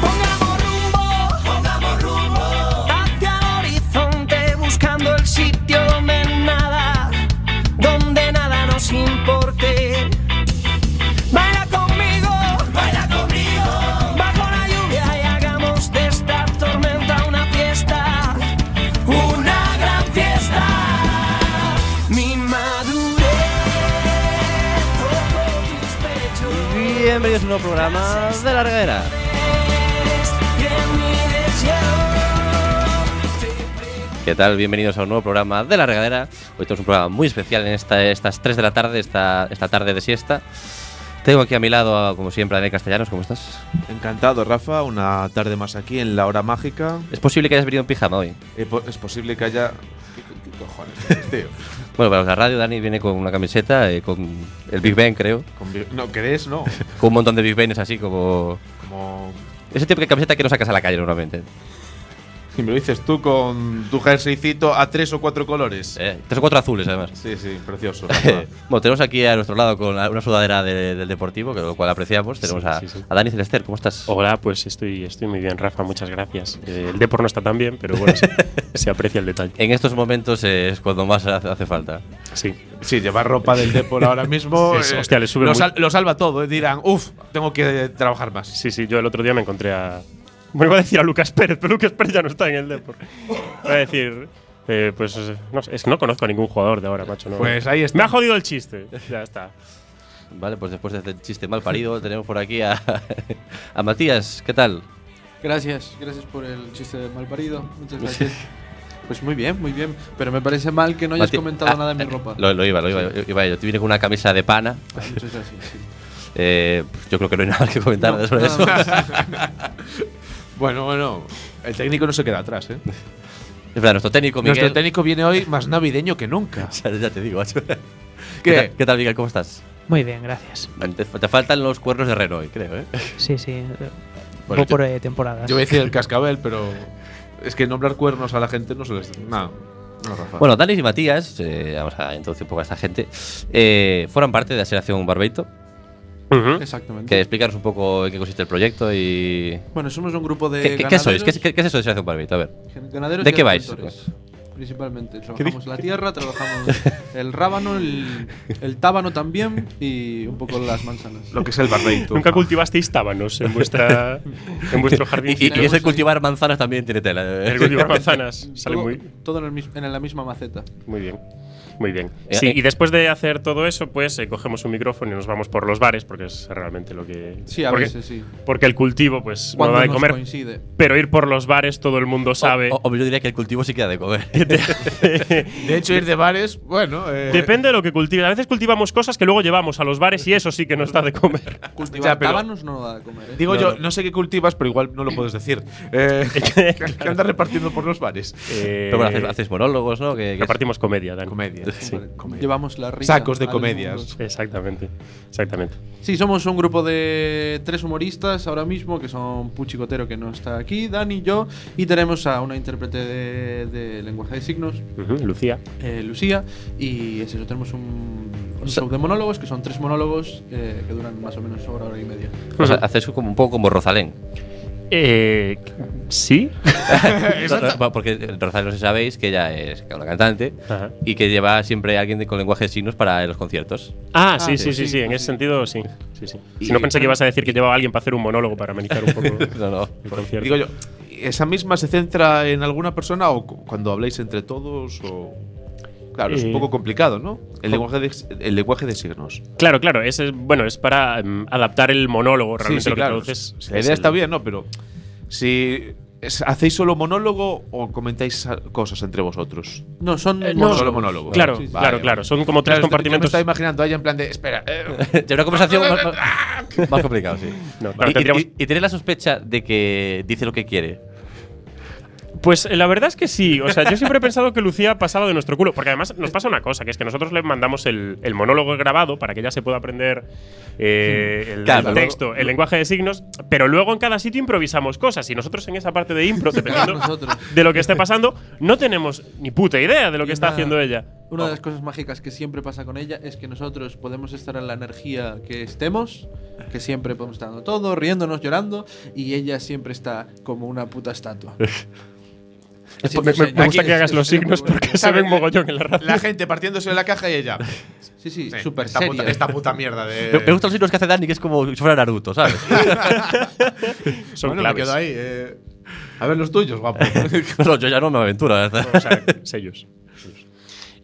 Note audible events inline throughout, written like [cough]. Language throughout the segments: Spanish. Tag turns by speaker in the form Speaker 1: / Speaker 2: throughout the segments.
Speaker 1: Pongamos rumbo, pongamos rumbo hacia el horizonte buscando el sitio donde nada, donde nada nos importe. Baila conmigo, baila conmigo, bajo la lluvia y hagamos de esta tormenta una fiesta, una gran fiesta. Mi madurez tocó tus pechos.
Speaker 2: Bienvenidos a un nuevo programa de la regadera. ¿Qué tal? Bienvenidos a un nuevo programa de la regadera. Hoy tenemos un programa muy especial en esta, estas 3 de la tarde, esta, esta tarde de siesta. Tengo aquí a mi lado, a, como siempre, a Daniel Castellanos. ¿Cómo estás?
Speaker 3: Encantado, Rafa. Una tarde más aquí en la hora mágica.
Speaker 2: Es posible que hayas venido en pijama hoy.
Speaker 3: Eh, po- Es posible que haya. ¿Qué, qué- qué cojones, [laughs] tío?
Speaker 2: Bueno, para la radio, Dani viene con una camiseta, eh, con el Big Ben, creo.
Speaker 3: Con vi- No, ¿crees? No.
Speaker 2: Con un montón de Big Benes así como.
Speaker 3: Como.
Speaker 2: Ese tipo de camiseta que no sacas a la calle normalmente.
Speaker 3: Si me lo dices tú con tu jerseycito a tres o cuatro colores.
Speaker 2: Eh, tres o cuatro azules, además.
Speaker 3: Sí, sí, precioso.
Speaker 2: Eh,
Speaker 3: Rafa.
Speaker 2: bueno, tenemos aquí a nuestro lado con la- una sudadera de- del Deportivo, que lo cual apreciamos. Tenemos
Speaker 4: Sí,
Speaker 2: a,
Speaker 4: sí, sí.
Speaker 2: a Dani Celester, ¿cómo estás?
Speaker 4: Hola, pues estoy, estoy muy bien, Rafa, muchas gracias. Eh, el Depor no está tan bien, pero bueno, se, se aprecia el detalle.
Speaker 2: En estos momentos eh, es cuando más hace, hace falta.
Speaker 4: Sí.
Speaker 3: Sí, llevar ropa del Depor ahora mismo. eh,
Speaker 4: Es- hostia, le sube
Speaker 3: lo,
Speaker 4: muy-
Speaker 3: sal- lo salva todo. eh, Dirán, uff, tengo que trabajar más.
Speaker 4: sí, sí, yo el otro día me encontré a. Bueno, iba a decir a Lucas Pérez, pero Lucas Pérez ya no está en el Depor. Voy a decir. eh, pues no sé, es que no conozco a ningún jugador de ahora, macho. no.
Speaker 3: Pues ahí está.
Speaker 4: Me ha jodido el chiste. Ya está.
Speaker 2: Vale, pues después de este chiste mal
Speaker 5: [laughs]
Speaker 2: parido, tenemos por aquí a, [laughs] a Matías, ¿qué tal?
Speaker 5: Gracias, gracias por el chiste de malparido. Muchas gracias. Pues muy bien, muy bien. Pero me parece mal que no hayas
Speaker 2: Mati-
Speaker 5: comentado
Speaker 2: ah,
Speaker 5: nada de mi
Speaker 2: eh,
Speaker 5: ropa. Ah,
Speaker 2: Lo, lo iba, lo iba, iba a ello. Te viene con una camisa de
Speaker 5: [laughs]
Speaker 2: pana.
Speaker 5: Muchas gracias. sí.
Speaker 2: Eh, pues yo creo que no hay nada que comentar
Speaker 5: No,
Speaker 2: sobre
Speaker 5: nada
Speaker 2: eso.
Speaker 5: más.
Speaker 2: [laughs]
Speaker 3: Bueno, bueno. El técnico no se queda atrás, ¿eh?
Speaker 2: Es verdad, nuestro técnico Miguel. [laughs]
Speaker 3: Nuestro técnico viene hoy más navideño que nunca.
Speaker 2: ya te digo,
Speaker 5: [laughs]
Speaker 2: macho. ¿Qué,
Speaker 3: ¿Qué?
Speaker 2: tal, qué tal, Miguel? ¿Cómo estás?
Speaker 6: Muy bien, gracias.
Speaker 2: Te, te faltan los cuernos de Renault, creo, ¿eh?
Speaker 6: Sí, sí. eh,
Speaker 3: Bueno,
Speaker 6: voy por eh, temporadas.
Speaker 3: Yo voy a decir el cascabel, pero es que nombrar cuernos a la gente no se les. Nada. No, Rafa.
Speaker 2: Bueno, Dani y Matías, eh, vamos a introducir un poco a esta gente, eh, fueron parte de Asignación Barbeito,
Speaker 4: Ujú.
Speaker 2: que
Speaker 5: Exactamente.
Speaker 2: explicaros un poco en qué consiste el proyecto y...
Speaker 5: Bueno, somos un grupo de.
Speaker 2: ¿Qué, qué- qué
Speaker 5: ganaderos,
Speaker 2: sois? ¿Qué, es- qué- qué es eso de Asignación Barbeito? A ver.
Speaker 5: gen- ganaderos
Speaker 2: ¿De
Speaker 5: y
Speaker 2: qué vais?
Speaker 5: agricultores, Principalmente. Trabajamos la
Speaker 2: [laughs]
Speaker 5: tierra, trabajamos el rábano, el, el tábano también y un poco las manzanas.
Speaker 3: Lo que es el barbeito.
Speaker 4: Nunca cultivasteis tábanos en, vuestra, en vuestro jardín.
Speaker 2: Y, y- y
Speaker 5: tenemos
Speaker 2: ese
Speaker 5: ahí-
Speaker 2: cultivar manzanas también tiene tela. eh.
Speaker 4: El cultivar manzanas. Sale
Speaker 5: todo,
Speaker 4: muy,
Speaker 5: todo en, el mis- en la misma maceta.
Speaker 4: Muy bien. Muy bien.
Speaker 2: Eh,
Speaker 4: Sí,
Speaker 2: eh.
Speaker 4: y después de hacer todo eso, pues eh, cogemos un micrófono y nos vamos por los bares, porque es realmente lo que.
Speaker 5: Sí, a
Speaker 4: porque,
Speaker 5: veces sí.
Speaker 4: Porque el cultivo, pues, no
Speaker 5: Cuando
Speaker 4: da de
Speaker 5: nos
Speaker 4: comer.
Speaker 5: coincide.
Speaker 4: Pero ir por los bares, todo el mundo
Speaker 2: [laughs]
Speaker 4: sabe. Eh,
Speaker 2: O, o yo diría que el cultivo sí queda de comer.
Speaker 3: De hecho, ir de bares, bueno. eh,
Speaker 4: Depende de lo que cultives. A veces cultivamos cosas que luego llevamos a los bares y eso sí que nos da de comer.
Speaker 5: [laughs] Cultivar
Speaker 3: Ya, pero-
Speaker 5: tábanos no da de comer. ¿eh?
Speaker 3: Digo
Speaker 4: No,
Speaker 3: yo,
Speaker 4: no.
Speaker 3: no. sé qué cultivas, pero igual no lo puedes decir.
Speaker 4: [laughs]
Speaker 3: Eh, que andas repartiendo por los bares.
Speaker 4: Eh,
Speaker 2: [laughs] Pero bueno, hacéis, hacéis monólogos, ¿no? Que, que es-
Speaker 4: repartimos comedia, Dan.
Speaker 3: Comedia.
Speaker 4: Sí.
Speaker 3: comedia.
Speaker 5: Llevamos la risa.
Speaker 3: Sacos de
Speaker 5: al
Speaker 3: comedias.
Speaker 5: mundo.
Speaker 4: Exactamente. Exactamente.
Speaker 5: Sí, somos un grupo de tres humoristas ahora mismo, que son Puchi Cotero, que no está aquí, Dani y yo, y tenemos a una intérprete de, de lenguaje de signos,
Speaker 4: Ujú, Lucía.
Speaker 5: eh, Lucía, y es eso, tenemos un, un
Speaker 2: sea-
Speaker 5: show de monólogos, que son tres monólogos eh, que duran más o menos hora, hora y media.
Speaker 2: o sea, hacéis como un poco como Rosalén. [laughs]
Speaker 4: Eh, sí.
Speaker 2: Bueno, Porque Rosalén, no sé si sabéis, que ella es una cantante
Speaker 4: Ajá.
Speaker 2: y que lleva siempre a alguien de- con lenguaje de signos para los conciertos. [laughs]
Speaker 4: Ah,
Speaker 5: Ah,
Speaker 4: sí, sí, sí,
Speaker 5: sí,
Speaker 4: sí. En
Speaker 5: sí.
Speaker 4: ese sentido, sí. sí, sí. Si no pensé que ibas a decir que llevaba a alguien para hacer un monólogo para amenizar
Speaker 3: [laughs]
Speaker 4: un poco.
Speaker 2: No, no.
Speaker 4: el concierto.
Speaker 3: Digo yo, ¿esa misma se centra en alguna persona o cu- cuando habláis entre todos? O... Claro, es
Speaker 4: Eh,
Speaker 3: un poco complicado, ¿no? El lenguaje de, el lenguaje de signos.
Speaker 4: Claro, claro, es, es- bueno, es para em, adaptar el monólogo realmente
Speaker 3: Sí, sí,
Speaker 4: lo que
Speaker 3: claro.
Speaker 4: traduces.
Speaker 3: Si La
Speaker 4: es
Speaker 3: idea
Speaker 4: el-
Speaker 3: está bien, ¿no? Pero si es- hacéis solo monólogo o comentáis a- cosas entre vosotros.
Speaker 5: No, son
Speaker 4: Eh, no.
Speaker 5: monólogos.
Speaker 3: Solo monólogo.
Speaker 4: Claro,
Speaker 5: Sí, sí.
Speaker 4: claro,
Speaker 3: Vale.
Speaker 4: claro. Son como tres
Speaker 3: Claro,
Speaker 4: compartimentos.
Speaker 3: Yo me estaba imaginando a ella en plan de, espera, eh,
Speaker 4: [laughs]
Speaker 2: Lleva una conversación más, más- más complicada, sí.
Speaker 4: No, claro,
Speaker 2: y, y-
Speaker 4: tendríamos-
Speaker 2: y- y tener la sospecha de que dice lo que quiere.
Speaker 4: Pues eh, la verdad es que sí. O sea, yo siempre he pensado que Lucía pasaba de nuestro culo. Porque además nos pasa una cosa, que es que nosotros le mandamos el, el monólogo grabado para que ella se pueda aprender eh, el,
Speaker 2: Claro,
Speaker 4: el
Speaker 2: luego-
Speaker 4: texto, el lenguaje de signos. Pero luego en cada sitio improvisamos cosas. Y nosotros en esa parte
Speaker 3: [laughs]
Speaker 4: de impro, dependiendo
Speaker 5: Nosotros.
Speaker 4: de lo que esté pasando, no tenemos ni puta idea de lo que está
Speaker 5: Nada.
Speaker 4: haciendo ella.
Speaker 5: Una de las cosas mágicas que siempre pasa con ella es que nosotros podemos estar en la energía que estemos, que siempre podemos estar dando todo, riéndonos, llorando, y ella siempre está como una puta
Speaker 4: [laughs]
Speaker 5: estatua.
Speaker 4: Me, me- me gusta que hagas los signos porque se ven mogollón en la radio.
Speaker 3: La gente partiéndose la caja y ella.
Speaker 5: Sí, sí,
Speaker 3: Sí,
Speaker 5: súper
Speaker 3: esta,
Speaker 5: seria. eh.
Speaker 3: puta, esta puta mierda
Speaker 2: Me,
Speaker 4: Eh.
Speaker 3: de.
Speaker 2: me gustan los signos que hace Dani, que es como si fuera Naruto,
Speaker 4: [laughs]
Speaker 2: ¿sabes? [laughs]
Speaker 4: Son
Speaker 3: bueno, me
Speaker 4: claves.
Speaker 3: quedo ahí. eh. A ver los tuyos, guapo.
Speaker 5: [laughs]
Speaker 2: No, no, yo ya no me aventuro. la verdad.
Speaker 4: [laughs] O sea, sellos.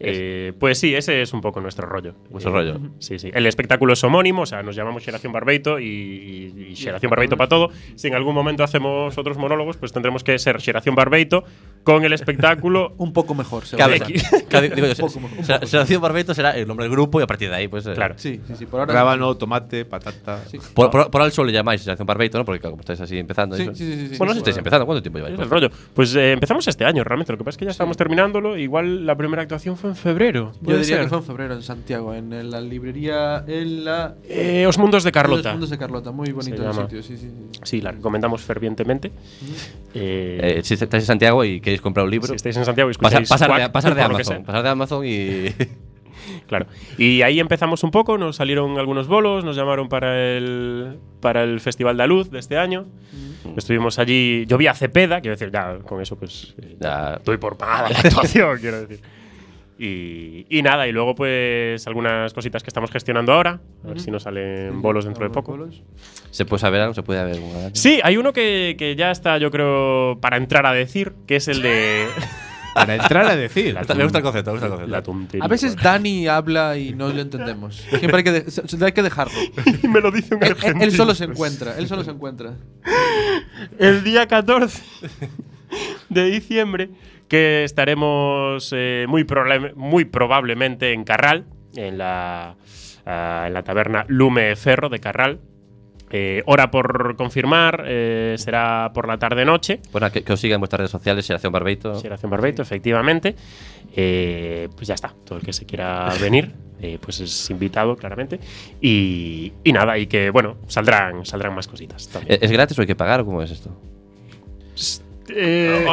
Speaker 4: Eh, pues sí, ese es un poco nuestro rollo.
Speaker 2: Vuestro
Speaker 4: Eh,
Speaker 2: rollo.
Speaker 4: Sí, sí. El espectáculo es homónimo, o sea, nos llamamos Xeración Barbeito y, y, y Xeración Barbeito para todo. Si en algún momento hacemos otros monólogos, pues tendremos que ser Xeración Barbeito con el
Speaker 5: [laughs]
Speaker 4: espectáculo.
Speaker 5: Un poco mejor, seguro.
Speaker 2: Cada- [laughs] cada- digo yo,
Speaker 5: Un poco, un poco.
Speaker 2: será- Sergio Barbeito será el nombre del grupo y a partir de ahí, pues. eh,
Speaker 4: Claro.
Speaker 5: Sí, sí, sí, por ahora.
Speaker 3: Rábano, tomate, patata.
Speaker 5: Sí.
Speaker 2: Por, por, por al sol le llamáis Sergio Barbeito, ¿no? Porque claro, como estáis así empezando.
Speaker 5: Sí,
Speaker 2: eso.
Speaker 5: sí, sí, sí,
Speaker 2: bueno, no
Speaker 5: sí,
Speaker 2: sé si estáis
Speaker 5: sí.
Speaker 2: empezando. ¿Cuánto tiempo
Speaker 4: Es
Speaker 2: lleváis?
Speaker 4: el rollo. Pues eh, empezamos este año, realmente. Lo que pasa es que ya estábamos terminándolo. Igual la primera actuación fue en febrero.
Speaker 5: Yo
Speaker 4: puede
Speaker 5: diría
Speaker 4: ser.
Speaker 5: que fue en febrero en Santiago, en la librería, en la.
Speaker 4: Eh, Os Mundos de
Speaker 5: Los
Speaker 4: Carlota.
Speaker 5: Mundos de Carlota, muy bonito el
Speaker 4: llama.
Speaker 5: sitio, sí, sí. sí.
Speaker 4: Sí, la recomendamos fervientemente. Eh,
Speaker 2: Eh, si estáis en Santiago y queréis comprar un libro,
Speaker 4: si estáis en Santiago y
Speaker 2: pasa-
Speaker 4: escucháis
Speaker 2: pasar, de,
Speaker 4: Quack,
Speaker 2: pasar de
Speaker 4: por lo que sea.
Speaker 2: Amazon. Pasar de Amazon y.
Speaker 4: Claro. Y ahí empezamos un poco, nos salieron algunos bolos, nos llamaron para el, para el Festival de la Luz de este año. Estuvimos allí, yo vi a Cepeda, quiero decir, ya con eso pues eh,
Speaker 2: Ya.
Speaker 4: estoy por pagada la actuación, quiero decir. Y, y nada, y luego pues algunas cositas que estamos gestionando ahora, a ver si nos salen bolos dentro de poco.
Speaker 5: Bolos.
Speaker 2: ¿Se puede saber algo? ¿Se puede haber alguna-
Speaker 4: Sí, hay uno que, que ya está, yo creo, para entrar a decir, que es
Speaker 2: [laughs]
Speaker 4: el de...
Speaker 3: Para entrar a decir.
Speaker 2: Me gusta- Me gusta el concepto, me gusta el concepto.
Speaker 4: la tontería.
Speaker 5: A veces Dani habla y no lo entendemos. Siempre hay que, de- hay que dejarlo.
Speaker 4: [laughs] y me lo
Speaker 5: [laughs]
Speaker 4: dice un
Speaker 5: Eh, Él- él,
Speaker 4: argentino.
Speaker 5: él solo se encuentra, él solo se encuentra.
Speaker 4: el día 14 de diciembre, que estaremos eh, muy, proble- muy probablemente en Carral, en la, ah, en la taberna Lume Ferro de Carral. Eh, hora por confirmar, eh, será por la tarde-noche.
Speaker 2: Bueno, que, que os sigan en vuestras redes sociales, Sergio Barbeito.
Speaker 4: Generación Barbeito, efectivamente. Eh, pues ya está, todo el que se quiera venir, eh, pues es invitado, claramente. Y, y nada, y que, bueno, saldrán, saldrán más cositas también.
Speaker 3: Eh,
Speaker 2: ¿Es ¿E-, es gratis o hay que pagar o cómo es esto?
Speaker 4: [laughs] Eh,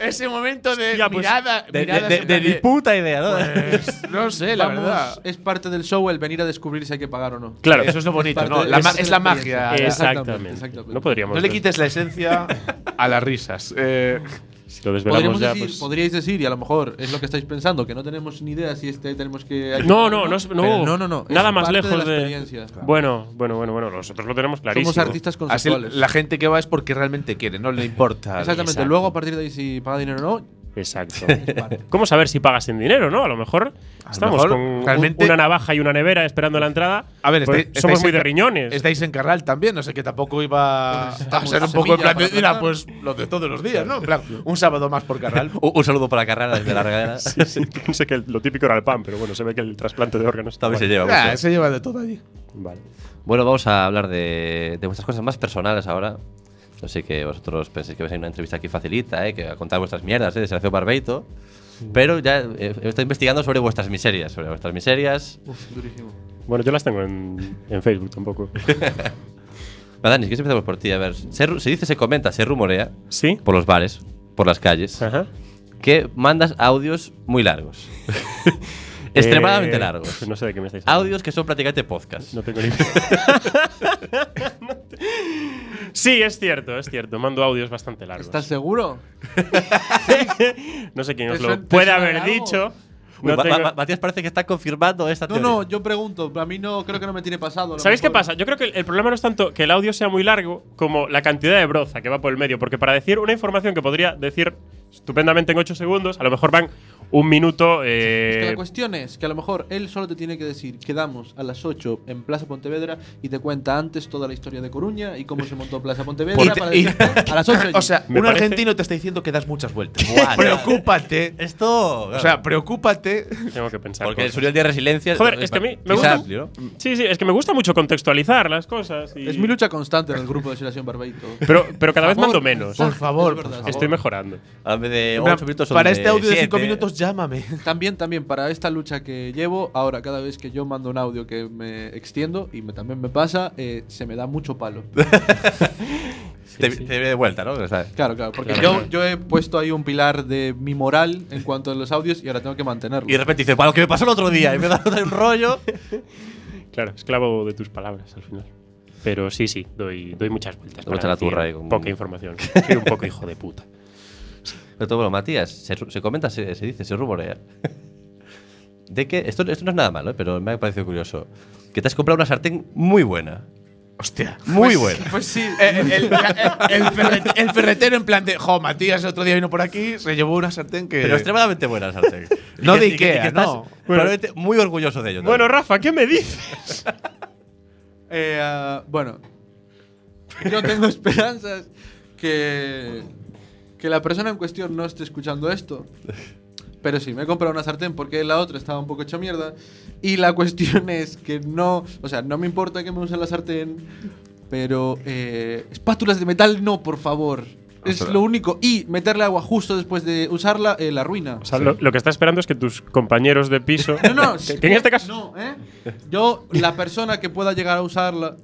Speaker 3: Ese momento de
Speaker 4: Hostia, pues,
Speaker 3: mirada. mirada en plan
Speaker 2: puta idea, ¿no?
Speaker 3: Pues, no sé, la
Speaker 5: Vamos,
Speaker 3: verdad.
Speaker 5: Es parte del show el venir a descubrir si hay que pagar o no.
Speaker 4: claro,
Speaker 3: Eso es lo bonito,
Speaker 5: parte-
Speaker 3: ¿no? La ma-
Speaker 5: parte
Speaker 3: es
Speaker 5: de
Speaker 3: la
Speaker 5: experiencia.
Speaker 3: magia.
Speaker 4: Exactamente.
Speaker 5: exactamente.
Speaker 4: No podríamos.
Speaker 3: No le
Speaker 4: des-
Speaker 3: quites la esencia a las risas. Eh,
Speaker 4: Si lo desvelamos
Speaker 5: Podríamos
Speaker 4: ya.
Speaker 5: decir-
Speaker 4: pues-
Speaker 5: Podríais decir, y a lo mejor es lo que estáis pensando, que no tenemos ni idea si este tenemos que.
Speaker 4: No, no, no, es- no.
Speaker 5: Pero no, no, no, es
Speaker 4: Nada más
Speaker 5: parte de
Speaker 4: lejos
Speaker 5: la
Speaker 4: de.
Speaker 5: experiencia.
Speaker 4: Bueno, bueno, bueno, bueno. Nosotros lo tenemos clarísimo.
Speaker 5: Somos artistas
Speaker 3: así
Speaker 5: conceptuales.
Speaker 3: la gente que va es porque realmente quiere, no le importa.
Speaker 5: Exactamente.
Speaker 4: Exacto.
Speaker 5: Luego, a partir de ahí, si paga dinero o no,
Speaker 4: Exacto. ¿Cómo saber si pagas en dinero, no? A lo mejor estamos
Speaker 3: mejor,
Speaker 4: con un-
Speaker 3: realmente-
Speaker 4: una navaja y una nevera esperando la entrada.
Speaker 3: A ver, este-
Speaker 4: Pues
Speaker 3: estáis-
Speaker 4: somos
Speaker 3: estáis
Speaker 4: muy de
Speaker 3: en-
Speaker 4: riñones.
Speaker 3: Estáis en Carral también, no sé que tampoco iba a
Speaker 5: Necesitamos
Speaker 3: ser un
Speaker 5: semilla
Speaker 3: poco en plan de,
Speaker 5: para
Speaker 3: mira,
Speaker 5: plantar".
Speaker 3: pues lo de todos los días, ¿no? En plan, un sábado más por Carral.
Speaker 2: [laughs] Un, un saludo para Carrera desde la regadera.
Speaker 4: Sí, sí, [laughs] Pensé que lo típico era el pan, pero bueno, se ve que el trasplante de órganos está
Speaker 2: También se
Speaker 4: mal.
Speaker 2: lleva.
Speaker 3: Ah,
Speaker 2: mucho.
Speaker 3: se lleva de todo allí.
Speaker 4: Vale.
Speaker 2: Bueno, vamos a hablar de, de vuestras cosas más personales ahora. Yo sé que vosotros penséis que vais a ir a una entrevista aquí facilita, ¿eh? que va a contar vuestras mierdas ¿eh? de Sergio Barbeito.
Speaker 4: Mm.
Speaker 2: Pero ya eh, estoy investigando sobre vuestras miserias. Sobre vuestras miserias.
Speaker 5: uf, durísimo.
Speaker 4: Bueno, yo las tengo en, en Facebook tampoco.
Speaker 2: Va, Dani, si quieres empezamos por ti. A ver, se, ru- se dice, se comenta, se rumorea
Speaker 4: ¿Sí?
Speaker 2: por los bares, por las calles,
Speaker 4: Ajá.
Speaker 2: que mandas audios muy
Speaker 4: [laughs]
Speaker 2: largos. Extremadamente
Speaker 4: Eh,
Speaker 2: largos.
Speaker 4: [laughs] No sé de qué me estáis hablando.
Speaker 2: Audios que son prácticamente podcast.
Speaker 4: No tengo ni [laughs] Sí, es cierto, es cierto. Mando audios bastante largos.
Speaker 5: ¿Estás seguro?
Speaker 4: No sé quién os
Speaker 5: ¿Te
Speaker 4: lo
Speaker 5: suena-
Speaker 4: puede
Speaker 5: te suena
Speaker 4: haber
Speaker 5: algo?
Speaker 4: dicho.
Speaker 2: Uy,
Speaker 4: No
Speaker 2: Ma-
Speaker 4: tengo-
Speaker 2: Ma- Ma- Matías parece que está confirmando esta
Speaker 5: No,
Speaker 2: teoría.
Speaker 5: no, yo pregunto. A mí no, creo que no me tiene pasado. a lo
Speaker 4: ¿Sabéis qué
Speaker 5: mejor.
Speaker 4: pasa? Yo creo que el- el problema no es tanto que el audio sea muy largo como la cantidad de broza que va por el medio. Porque para decir una información que podría decir estupendamente en 8 segundos. A lo mejor van un minuto. eh,
Speaker 5: Es que la cuestión es que a lo mejor él solo te tiene que decir quedamos a las 8 en Plaza Pontevedra y te cuenta antes toda la historia de Coruña y cómo se montó Plaza Pontevedra
Speaker 3: Y te-
Speaker 5: para
Speaker 3: y-
Speaker 5: decirte,
Speaker 3: [laughs]
Speaker 5: a las 8 allí".
Speaker 3: O sea,
Speaker 4: Me
Speaker 3: un
Speaker 4: parece-
Speaker 3: argentino te está diciendo que das muchas vueltas.
Speaker 2: Buah,
Speaker 3: preocúpate.
Speaker 2: Esto.
Speaker 3: O sea, preocúpate.
Speaker 4: tengo que pensar.
Speaker 2: porque el
Speaker 4: cosas.
Speaker 2: suyo el día de resiliencia.
Speaker 4: Joder, es que a mí me gusta-
Speaker 2: amplio, ¿no?
Speaker 4: Sí, sí, es que me gusta mucho contextualizar las cosas. y-
Speaker 5: es mi lucha constante en el grupo de Generación Barbeito.
Speaker 4: Pero, pero cada vez
Speaker 5: Por
Speaker 4: mando
Speaker 5: favor,
Speaker 4: menos.
Speaker 3: Por favor,
Speaker 5: Es verdad,
Speaker 3: por
Speaker 5: es
Speaker 3: favor.
Speaker 4: Estoy mejorando.
Speaker 2: A vez de
Speaker 3: Una-
Speaker 2: 8 minutos son
Speaker 3: para este audio de
Speaker 2: siete. ¿eh?
Speaker 3: 5 minutos, llámame. [laughs]
Speaker 5: También, también, para esta lucha que llevo, ahora cada vez que yo mando un audio que me extiendo y me- también me pasa, eh, se me da mucho palo.
Speaker 2: Te, te ve de vuelta, ¿no? O sea,
Speaker 5: Claro, claro, porque
Speaker 4: Claro,
Speaker 5: yo,
Speaker 4: claro.
Speaker 5: yo he puesto ahí un pilar de mi moral en cuanto a los audios y ahora tengo que mantenerlo.
Speaker 2: y de repente dice, para lo que me pasó el otro día. Y me da un rollo.
Speaker 4: Claro, esclavo de tus palabras al final. Pero sí, sí, doy, doy muchas vueltas.
Speaker 2: Doy
Speaker 4: para
Speaker 2: mucha la
Speaker 4: decir
Speaker 2: turra ahí con-
Speaker 4: Poca información. Soy un poco hijo de
Speaker 5: [laughs]
Speaker 4: puta.
Speaker 2: [laughs] Pero todo, bueno, Matías, se, ru- se comenta, se, se dice, se rumorea. [laughs] De que, esto, esto no es nada malo, ¿eh? pero me ha parecido curioso. Que te has comprado una sartén muy buena.
Speaker 3: Hostia.
Speaker 2: Muy buena.
Speaker 5: Pues sí,
Speaker 3: Eh, El, el- el ferret- el ferretero en plan de, jo, Matías el otro día vino por aquí, se llevó una sartén que…
Speaker 2: Pero extremadamente buena la [laughs] sartén. Y
Speaker 3: No de
Speaker 2: y y
Speaker 3: Ikea,
Speaker 2: estás
Speaker 3: no.
Speaker 2: Probablemente muy orgulloso de ello.
Speaker 4: Bueno,
Speaker 2: también.
Speaker 4: Rafa, ¿qué me dices?
Speaker 5: Eh, ah, bueno, yo tengo [laughs] esperanzas que, que la persona en cuestión no esté escuchando esto. Pero sí, me he comprado una sartén porque la otra estaba un poco hecha mierda. Y la cuestión [laughs] es que no. O sea, no me importa que me usen la sartén, pero. eh, espátulas de metal no, por favor.
Speaker 4: Ah,
Speaker 5: Es lo único. Y meterle agua justo después de usarla, eh, la ruina.
Speaker 4: O sea, lo, lo que está esperando es que tus compañeros de piso.
Speaker 5: No, no.
Speaker 4: [laughs] que- que en este caso.
Speaker 5: No, ¿eh? Yo, la persona que pueda llegar a usarla,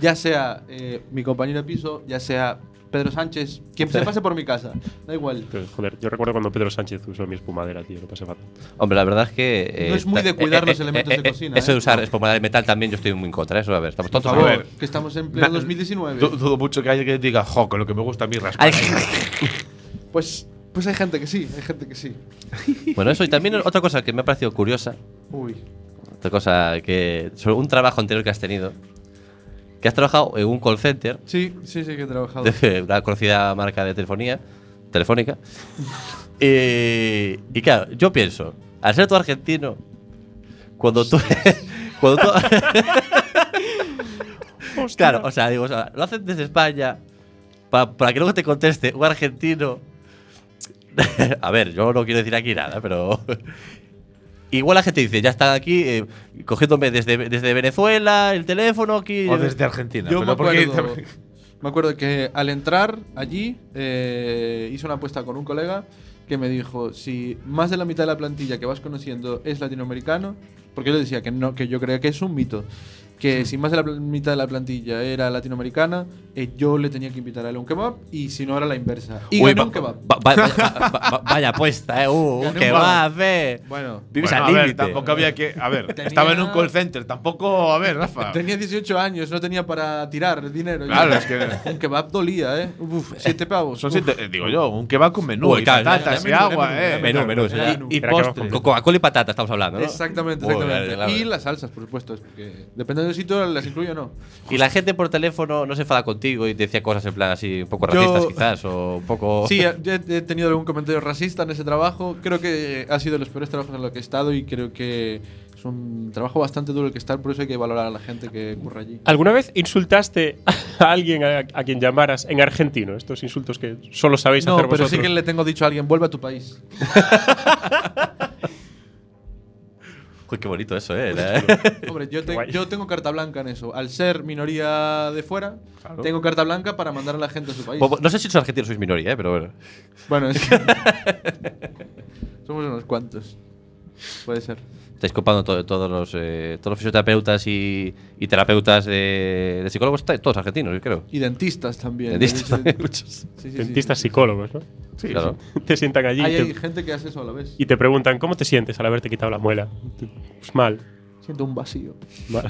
Speaker 5: ya sea eh, mi compañero de piso, ya sea Pedro Sánchez, quien se pase por mi casa, da igual.
Speaker 4: Pero, Joder, yo recuerdo cuando Pedro Sánchez usó mi espumadera, tío, lo pasé fatal.
Speaker 2: Hombre, la verdad es que. eh,
Speaker 5: No es muy
Speaker 2: ta-
Speaker 5: de cuidar los elementos de cocina,
Speaker 2: Eso
Speaker 5: ¿eh?
Speaker 2: de usar espuma de metal también, yo estoy muy en contra. Eso, a ver, estamos
Speaker 5: Por
Speaker 2: tontos.
Speaker 5: favor,
Speaker 2: A ver.
Speaker 5: que estamos en pleno 2019.
Speaker 3: Du- Dudo mucho que alguien que diga, jo, con lo que me gusta a mí raspar.
Speaker 2: Ay,
Speaker 5: Pues, pues hay gente que sí, hay gente que sí.
Speaker 2: bueno, eso y también otra cosa que me ha parecido curiosa.
Speaker 5: Uy.
Speaker 2: Otra cosa que. Sobre un trabajo anterior que has tenido. Que has trabajado en un call center
Speaker 5: Sí, sí, sí que he trabajado.
Speaker 2: [laughs] de una conocida marca de telefonía, telefónica. y, y claro, yo pienso, al ser tú argentino, cuando tú. [laughs] cuando tú claro, o sea, digo, o sea, lo hacen desde España pa- para que luego te conteste un argentino. [laughs] A ver, yo no quiero decir aquí nada, pero. Igual la gente dice, ya están aquí eh, cogiéndome desde, desde Venezuela, el teléfono aquí.
Speaker 3: O desde Argentina.
Speaker 5: Yo
Speaker 3: pero
Speaker 5: me
Speaker 3: porque-
Speaker 5: acuerdo, [laughs] me acuerdo que al entrar allí eh, hice una apuesta con un colega que me dijo, si más de la mitad de la plantilla que vas conociendo es latinoamericano, porque yo le decía que no, que yo creía que es un mito, que si más de la pla- mitad de la plantilla era latinoamericana, eh, yo le tenía que invitar a él a un kebab y si no era la inversa. Y
Speaker 2: Uy,
Speaker 5: gané
Speaker 2: va-
Speaker 5: un kebab.
Speaker 2: va- va- vaya, va- va- vaya apuesta, eh. Uh,
Speaker 5: Gané
Speaker 2: que
Speaker 5: un
Speaker 2: va a hacer.
Speaker 5: Bueno,
Speaker 2: Vives
Speaker 3: [laughs] Bueno,
Speaker 2: al
Speaker 3: a ver,
Speaker 2: límite.
Speaker 3: tampoco había que. A ver,
Speaker 5: Tenía-
Speaker 3: estaba en un call center. Tampoco. A ver,
Speaker 2: [laughs]
Speaker 3: Rafa.
Speaker 5: tenía 18 años, no tenía para tirar dinero.
Speaker 3: Claro,
Speaker 5: Yo-
Speaker 3: es que.
Speaker 5: [laughs] Un kebab dolía, ¿eh?
Speaker 3: [laughs]
Speaker 5: Uf, siete pavos.
Speaker 3: Son
Speaker 5: uf.
Speaker 3: siete, eh, digo yo, un kebab con menú.
Speaker 2: Uy,
Speaker 3: y
Speaker 2: claro,
Speaker 3: patatas
Speaker 5: ya, ya,
Speaker 3: y
Speaker 5: menú,
Speaker 3: agua,
Speaker 5: menú,
Speaker 3: eh.
Speaker 2: Menú, menú.
Speaker 5: Era
Speaker 2: sí.
Speaker 5: menú.
Speaker 2: Y, y
Speaker 4: Era que
Speaker 2: postre.
Speaker 4: vamos
Speaker 2: Con Coca-Cola y patata estamos hablando, ¿no?
Speaker 5: Exactamente,
Speaker 2: Uy,
Speaker 5: exactamente.
Speaker 2: claro, claro.
Speaker 5: Y las salsas, por supuesto, es porque depende del sitio las incluyo o no.
Speaker 2: Y la gente por teléfono no se enfada contigo y te decía cosas en plan así un poco
Speaker 5: Yo-
Speaker 2: racistas quizás o un poco...
Speaker 5: Sí, eh, yo he tenido algún comentario racista en ese trabajo. Creo que ha sido de los peores trabajos en los que he estado y creo que es un trabajo bastante duro el que estar, por eso hay que valorar a la gente que curra allí.
Speaker 4: ¿Alguna vez insultaste a alguien a, a quien llamaras en argentino? Estos insultos que solo sabéis
Speaker 5: No,
Speaker 4: hacer
Speaker 5: pero
Speaker 4: vosotros.
Speaker 5: sí que le tengo dicho a alguien, vuelve a tu país.
Speaker 2: [laughs]
Speaker 4: [laughs]
Speaker 2: Uy, qué bonito eso,
Speaker 5: Pues
Speaker 2: eh.
Speaker 5: Hombre, yo, te-
Speaker 4: guay.
Speaker 5: yo tengo carta blanca en eso. Al ser minoría de fuera, tengo carta blanca para mandar a la gente a su país.
Speaker 2: Bo- bo- No sé si los argentinos sois minoría, eh, pero bueno.
Speaker 4: [laughs]
Speaker 5: Bueno, es que- Somos unos cuantos. Puede ser.
Speaker 2: Estáis copando to- todos, los, eh, todos los fisioterapeutas y, y terapeutas de, de psicólogos, estáis todos argentinos, yo creo.
Speaker 5: Y dentistas también.
Speaker 2: Dentistas
Speaker 5: Yo
Speaker 4: [laughs]
Speaker 5: he
Speaker 2: también,
Speaker 5: dicho-
Speaker 2: muchos.
Speaker 5: Sí, sí, sí.
Speaker 4: Dentistas psicólogos, ¿no?
Speaker 2: Claro.
Speaker 4: [laughs] Te sientan allí
Speaker 5: Hay,
Speaker 4: y, te,
Speaker 5: hay gente que hace eso a la vez.
Speaker 4: y te preguntan, ¿cómo te sientes al haberte quitado la muela? Pues mal.
Speaker 5: Siento un vacío. [laughs]
Speaker 4: mal.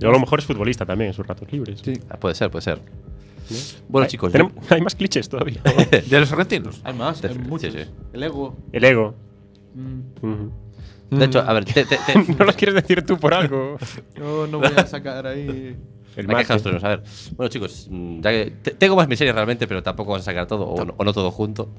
Speaker 4: Yo a lo mejor es futbolista también en sus ratos libres.
Speaker 2: Ah, Puede ser, puede ser. Bueno, chicos, yo-
Speaker 4: Tenemos- [laughs] Hay más clichés todavía.
Speaker 2: [laughs]
Speaker 3: De los argentinos.
Speaker 5: Hay más, hay
Speaker 2: Defe-
Speaker 5: muchos.
Speaker 2: sí, sí.
Speaker 5: El ego.
Speaker 4: El ego.
Speaker 5: Mm.
Speaker 4: [laughs] Ujú.
Speaker 3: [laughs]
Speaker 2: de hecho, a ver, te- te- te-
Speaker 4: no lo quieres decir tú por algo. [laughs]
Speaker 5: Yo no voy a sacar ahí.
Speaker 4: El
Speaker 2: La queja de los
Speaker 4: martes.
Speaker 2: truenos, a ver. Bueno, chicos, mm, ya que te- tengo más miserias realmente, pero tampoco vamos a sacar todo, o no, o no todo junto.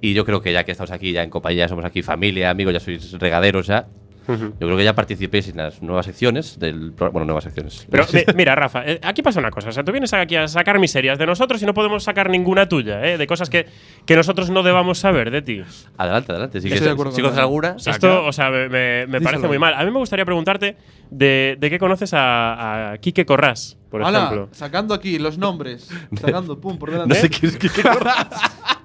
Speaker 2: Y yo creo que ya que estamos aquí, ya en compañía, somos aquí familia, amigos, ya sois regaderos ya.
Speaker 4: Ujú.
Speaker 2: Yo creo que ya participéis en las nuevas secciones del pro- Bueno, nuevas secciones. [laughs]
Speaker 4: Pero mi- mira, Rafa, eh, aquí pasa una cosa. O sea, tú vienes aquí a sacar miserias de nosotros y no podemos sacar ninguna tuya, ¿eh? de cosas que, que nosotros no debamos saber de ti.
Speaker 2: adelante, adelante. Si
Speaker 5: Estoy de acuerdo
Speaker 2: quieres, si
Speaker 5: con
Speaker 2: conoces
Speaker 5: él.
Speaker 2: alguna,
Speaker 4: Esto, o sea, me, me- me parece
Speaker 5: Díselo.
Speaker 4: muy mal. A mí me gustaría preguntarte de, de qué conoces a, a Quique Corrás, por
Speaker 5: Hola,
Speaker 4: ejemplo.
Speaker 5: sacando aquí
Speaker 4: [laughs]
Speaker 5: los nombres. Sacando, pum, por delante.
Speaker 2: no sé qué es que.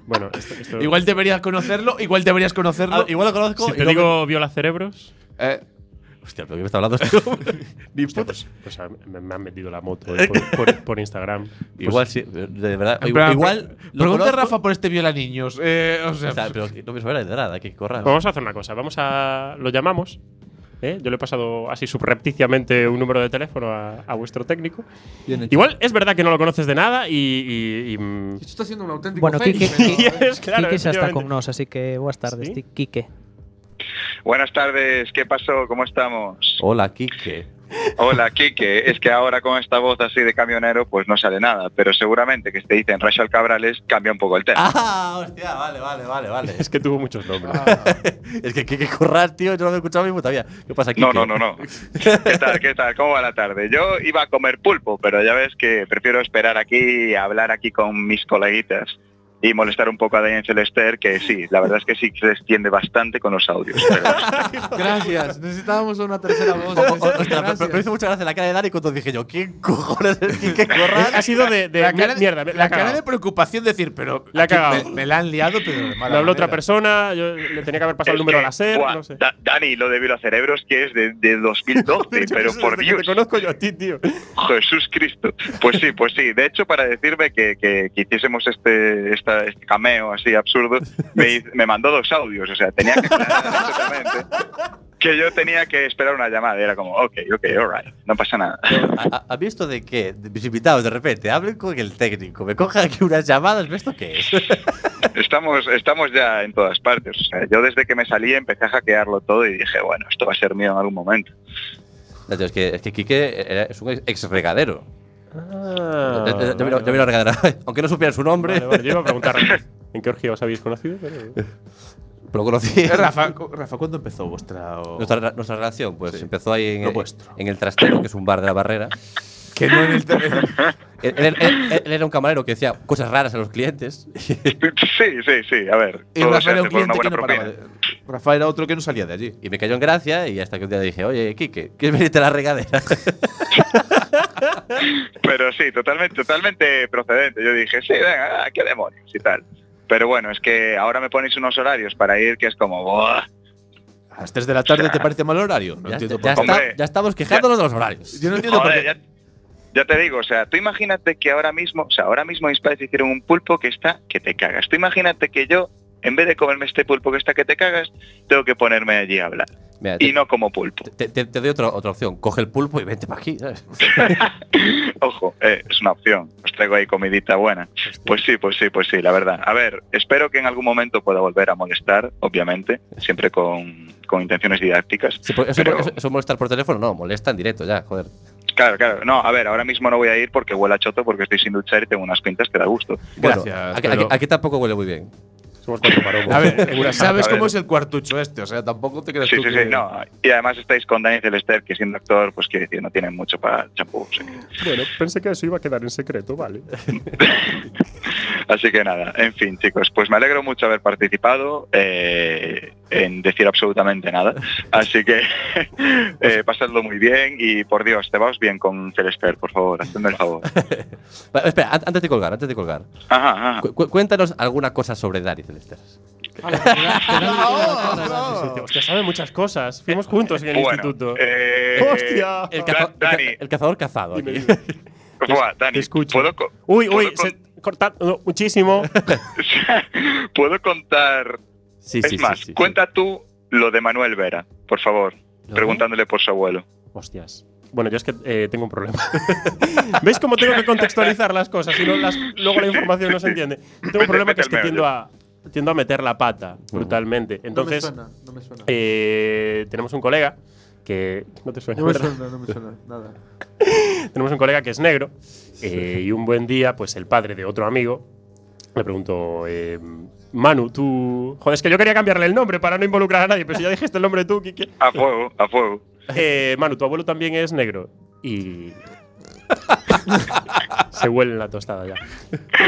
Speaker 4: Bueno, esto- esto-
Speaker 3: Igual deberías conocerlo, igual deberías conocerlo.
Speaker 2: Ah, igual lo conozco.
Speaker 4: si te digo viola cerebros,
Speaker 3: Eh,
Speaker 2: [laughs] Hostia, pero ¿qué me está hablando este hombre?
Speaker 4: hostia, pues, pues a- me, me han metido la moto hoy por, por- por Instagram. Pues,
Speaker 2: Igual sí, de verdad.
Speaker 3: en
Speaker 2: Igual.
Speaker 3: plan,
Speaker 2: igual
Speaker 3: pre-
Speaker 2: lo
Speaker 3: pregunta a
Speaker 2: conozco.
Speaker 3: Rafa por este viola niños. Eh, o sea,
Speaker 2: O sea, pero no me saber de nada, que corra.
Speaker 4: pues Vamos a hacer una cosa. Vamos a. Lo llamamos. ¿eh? Yo le he pasado así subrepticiamente un número de teléfono a, a vuestro técnico.
Speaker 5: Bien hecho.
Speaker 4: Igual es verdad que no lo conoces de nada y. y- y, mm,
Speaker 5: Esto está siendo un auténtico
Speaker 6: Bueno,
Speaker 5: fake,
Speaker 6: Quique-
Speaker 4: [laughs]
Speaker 5: pero,
Speaker 6: Quique-
Speaker 5: eh,
Speaker 4: es claro,
Speaker 6: Quique se está
Speaker 4: efectivamente.
Speaker 6: con nos, así que buenas tardes,
Speaker 4: ¿Sí?
Speaker 6: Ti- Quique.
Speaker 7: Buenas tardes, ¿qué pasó? ¿Cómo estamos?
Speaker 4: Oh.
Speaker 2: Hola, Kike.
Speaker 7: Hola, Quique. Es que ahora con esta voz así de camionero, pues no sale nada, pero seguramente que si te dicen Rachel Cabrales cambia un poco el tema.
Speaker 2: Ah, [laughs] hostia, vale, vale, vale, vale.
Speaker 4: Es que tuvo muchos nombres.
Speaker 3: Ah,
Speaker 2: es que Kike Corral, tío, yo no lo he escuchado mismo todavía. ¿Qué pasa, Kike?
Speaker 7: No, no, no, no. ¿Qué tal? ¿Qué tal? ¿Cómo va la tarde? Yo iba a comer pulpo, pero ya ves que prefiero esperar aquí y hablar aquí con mis coleguitas y molestar un poco a Daniel Celester, que sí, la verdad es que sí que se extiende bastante con los audios.
Speaker 4: [laughs]
Speaker 7: pero-
Speaker 5: [laughs] Gracias. Necesitábamos una tercera voz.
Speaker 2: O- o- Ostras, pero- pero me
Speaker 5: Gracias.
Speaker 2: hizo mucha gracia la cara de Dani cuando dije yo, ¿quién cojones es [laughs] Kike Corral?
Speaker 4: ha sido de. de
Speaker 3: la cara de,
Speaker 4: mierda, me-
Speaker 3: la
Speaker 4: la,
Speaker 3: cara
Speaker 4: cara
Speaker 3: de preocupación, decir, pero.
Speaker 4: La ha
Speaker 3: aquí
Speaker 4: cagado.
Speaker 3: Me, me la han liado, pero. de mala
Speaker 4: Me habló otra
Speaker 3: manera.
Speaker 4: persona, yo le tenía que haber pasado el
Speaker 7: Es
Speaker 4: número
Speaker 7: que,
Speaker 4: a la SER,
Speaker 7: buah,
Speaker 4: no sé.
Speaker 7: Da- Dani, lo de Vila Cerebros que es de, de 2012,
Speaker 4: [laughs]
Speaker 7: pero
Speaker 4: Desde
Speaker 7: por
Speaker 4: que
Speaker 7: Dios.
Speaker 4: Te conozco yo a ti, tío.
Speaker 7: Jesús Cristo. Pues sí, pues sí. De hecho, para decirme que, que, que hiciésemos este, esta- este cameo así absurdo, me, hiz- me mandó dos audios. O sea, tenía que aclarar absolutamente que yo tenía que esperar una llamada. Y era como, ok, ok, alright, no pasa nada.
Speaker 2: ¿Ha- ha- ¿Has visto de qué? De mis invitados, de repente, hablen con el técnico, me cojan aquí unas llamadas, ¿ves esto qué es?
Speaker 7: Estamos, estamos ya en todas partes. O sea, yo desde que me salí empecé a hackearlo todo y dije, bueno, esto va a ser mío en algún momento.
Speaker 2: [laughs] No, tío, es, que, es que Quique era- es un ex- ex regadero.
Speaker 4: Ah,
Speaker 2: Ya- ya- ya
Speaker 4: vale,
Speaker 2: vino- ya vino a regadera. [laughs] Aunque no supiera su nombre,
Speaker 4: vale, vale, yo iba a preguntar en qué orgía os habéis conocido. pero-
Speaker 2: [laughs] pero lo conocí.
Speaker 3: Eh, Rafa, cu- Rafa, ¿cuándo empezó vuestra.? o-
Speaker 2: Nuestra, nuestra relación, pues
Speaker 3: Sí.
Speaker 2: empezó ahí en,
Speaker 3: Lo vuestro.
Speaker 2: en el Trastero, que es un bar de la barrera.
Speaker 3: que no en el. tele-
Speaker 2: Él, él- él- él- él era un camarero que decía cosas raras a los clientes.
Speaker 7: Sí, sí, sí. A ver,
Speaker 3: Y
Speaker 7: todo
Speaker 3: Rafa
Speaker 7: se
Speaker 3: era un
Speaker 7: hace por una
Speaker 3: cliente que
Speaker 7: buena
Speaker 3: no
Speaker 7: propina.
Speaker 3: paraba de- Rafa era otro que no salía de allí.
Speaker 2: Y me cayó en gracia y hasta que un día le dije, oye, Quique, ¿quieres venirte a la
Speaker 7: [laughs]
Speaker 2: regadera?
Speaker 7: Pero sí, totalmente, totalmente procedente. Yo dije, sí, venga, ah, qué demonios y tal. Pero bueno, es que ahora me ponéis unos horarios para ir que es como, "Buah".
Speaker 3: ¿A las 3 de la tarde te parece mal horario? No
Speaker 2: ya,
Speaker 3: entiendo
Speaker 2: ya
Speaker 3: por qué.
Speaker 2: está-
Speaker 7: Hombre.
Speaker 2: ya estamos quejándonos de los horarios.
Speaker 3: Yo no entiendo por
Speaker 7: Joder,
Speaker 3: qué.
Speaker 7: ya, ya te digo, o sea, tú imagínate que ahora mismo, o sea, ahora mismo mis padres hicieron un pulpo que está que te cagas. Tú imagínate que yo, en vez de comerme este pulpo que está que te cagas, tengo que ponerme allí a hablar.
Speaker 2: Mira,
Speaker 7: Y
Speaker 2: te,
Speaker 7: no como pulpo.
Speaker 2: te- te- te doy otra, otra opción. Coge el pulpo y vente para aquí. ¿sabes?
Speaker 7: Ojo, eh, es una opción. Os traigo ahí comidita buena. Pues sí, pues sí, pues sí, la verdad. A ver, espero que en algún momento pueda volver a molestar, obviamente, siempre con, con intenciones didácticas.
Speaker 2: Sí, porque eso,
Speaker 7: Pero-
Speaker 2: eso- eso molestar por teléfono, no, molesta en directo ya, joder.
Speaker 7: Claro, claro. No, a ver, ahora mismo no voy a ir porque huele a choto porque estoy sin duchar y tengo unas pintas que da gusto.
Speaker 2: Bueno,
Speaker 3: Gracias,
Speaker 2: aquí,
Speaker 3: pero-
Speaker 2: aquí- aquí tampoco huele muy bien.
Speaker 4: Somos cuatro maromos.
Speaker 3: A
Speaker 4: [laughs]
Speaker 3: ver, sabes
Speaker 7: A ver.
Speaker 3: cómo es el cuartucho este, o sea, tampoco te creas
Speaker 7: Sí,
Speaker 3: tú
Speaker 7: sí,
Speaker 3: que-
Speaker 7: sí, no. Y además estáis con Dani Celester, que siendo actor, pues quiere decir, no tienen mucho para el champú. sí.
Speaker 4: Bueno, pensé que eso iba a quedar en
Speaker 3: [laughs]
Speaker 4: secreto, vale.
Speaker 7: Así que nada, en fin, chicos, pues me alegro mucho haber participado eh, en decir absolutamente nada. Así que [laughs] eh, pasadlo muy bien y por Dios, te vas bien con Celester, por favor, hazme el
Speaker 2: [laughs]
Speaker 7: favor.
Speaker 2: Va, espera, an- antes de colgar, antes de colgar.
Speaker 7: Ajá, ajá.
Speaker 2: Cu- cu- cuéntanos alguna cosa sobre Dani Celester.
Speaker 3: Ah, oh,
Speaker 4: Hostia, sabe muchas cosas. Fuimos juntos en el
Speaker 7: Eh, Bueno,
Speaker 4: instituto.
Speaker 7: eh,
Speaker 4: ¡Hostia!
Speaker 2: El,
Speaker 7: Da-
Speaker 2: caza-
Speaker 7: Dani.
Speaker 2: el cazador cazado.
Speaker 4: Dime,
Speaker 2: aquí.
Speaker 4: dime.
Speaker 7: Buah, Dani,
Speaker 4: Te escucho.
Speaker 7: ¿puedo, co-
Speaker 4: Uy, uy,
Speaker 7: ¿puedo,
Speaker 4: se, cortando muchísimo.
Speaker 7: con- ¿puedo contar?
Speaker 2: Sí,
Speaker 7: es
Speaker 2: sí, sí,
Speaker 7: más,
Speaker 2: sí, sí.
Speaker 7: cuenta tú lo de Manuel Vera, por favor,
Speaker 2: ¿Lo
Speaker 7: preguntándole por su abuelo.
Speaker 4: Hostias. Bueno, yo es que eh, tengo un problema. [laughs] ¿Veis cómo tengo que contextualizar las cosas? Si no, las- luego la información no se entiende. Tengo un
Speaker 7: Vete-
Speaker 4: problema que
Speaker 7: vete
Speaker 4: es que
Speaker 7: al
Speaker 4: tiendo
Speaker 7: meollo.
Speaker 4: a, tiendo a meter la pata brutalmente. Entonces,
Speaker 5: no me suena, no me suena.
Speaker 4: eh, tenemos un colega que no te suena,
Speaker 5: No me
Speaker 4: ¿verdad?
Speaker 5: suena, no me suena, nada.
Speaker 4: tenemos un colega que es negro eh, y un buen día, pues el padre de otro amigo le preguntó, eh, Manu, tú... Joder, es que yo quería cambiarle el nombre para no involucrar a nadie, pero si ya dijiste el nombre tú, Quique.
Speaker 7: A fuego, a fuego.
Speaker 4: Eh, Manu, tu abuelo también es negro y... Se huele en la tostada ya.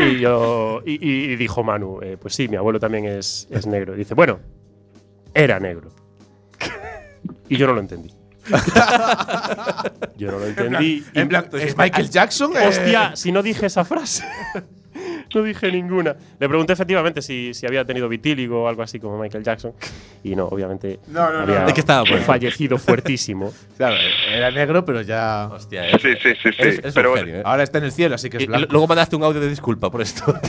Speaker 4: Y, yo, y, y- y dijo Manu, eh, pues sí, mi abuelo también es, es negro. Y dice, bueno, era negro. Y yo no
Speaker 3: [laughs]
Speaker 4: lo entendí. yo no lo entendí. y-
Speaker 3: En plan, ¿Es Michael Jackson? eh?
Speaker 4: Hostia, si no dije esa frase. [laughs] no dije ninguna. Le pregunté efectivamente si, si había tenido vitíligo o algo así como Michael Jackson. Y no, obviamente.
Speaker 3: No, no, no,
Speaker 4: había
Speaker 3: no. ¿De qué
Speaker 2: estaba, pues?
Speaker 4: Fallecido fuertísimo.
Speaker 3: Claro, era negro, pero ya.
Speaker 2: Hostia, eh.
Speaker 7: Sí, sí, sí, sí.
Speaker 2: Eres- eres
Speaker 7: Pero
Speaker 2: un
Speaker 7: bueno.
Speaker 2: genio, eh.
Speaker 3: Ahora está en el cielo, así que
Speaker 2: Y-
Speaker 3: es
Speaker 2: y
Speaker 3: blanco.
Speaker 2: luego mandaste un audio de disculpa por
Speaker 7: [laughs]
Speaker 2: esto.
Speaker 4: [laughs]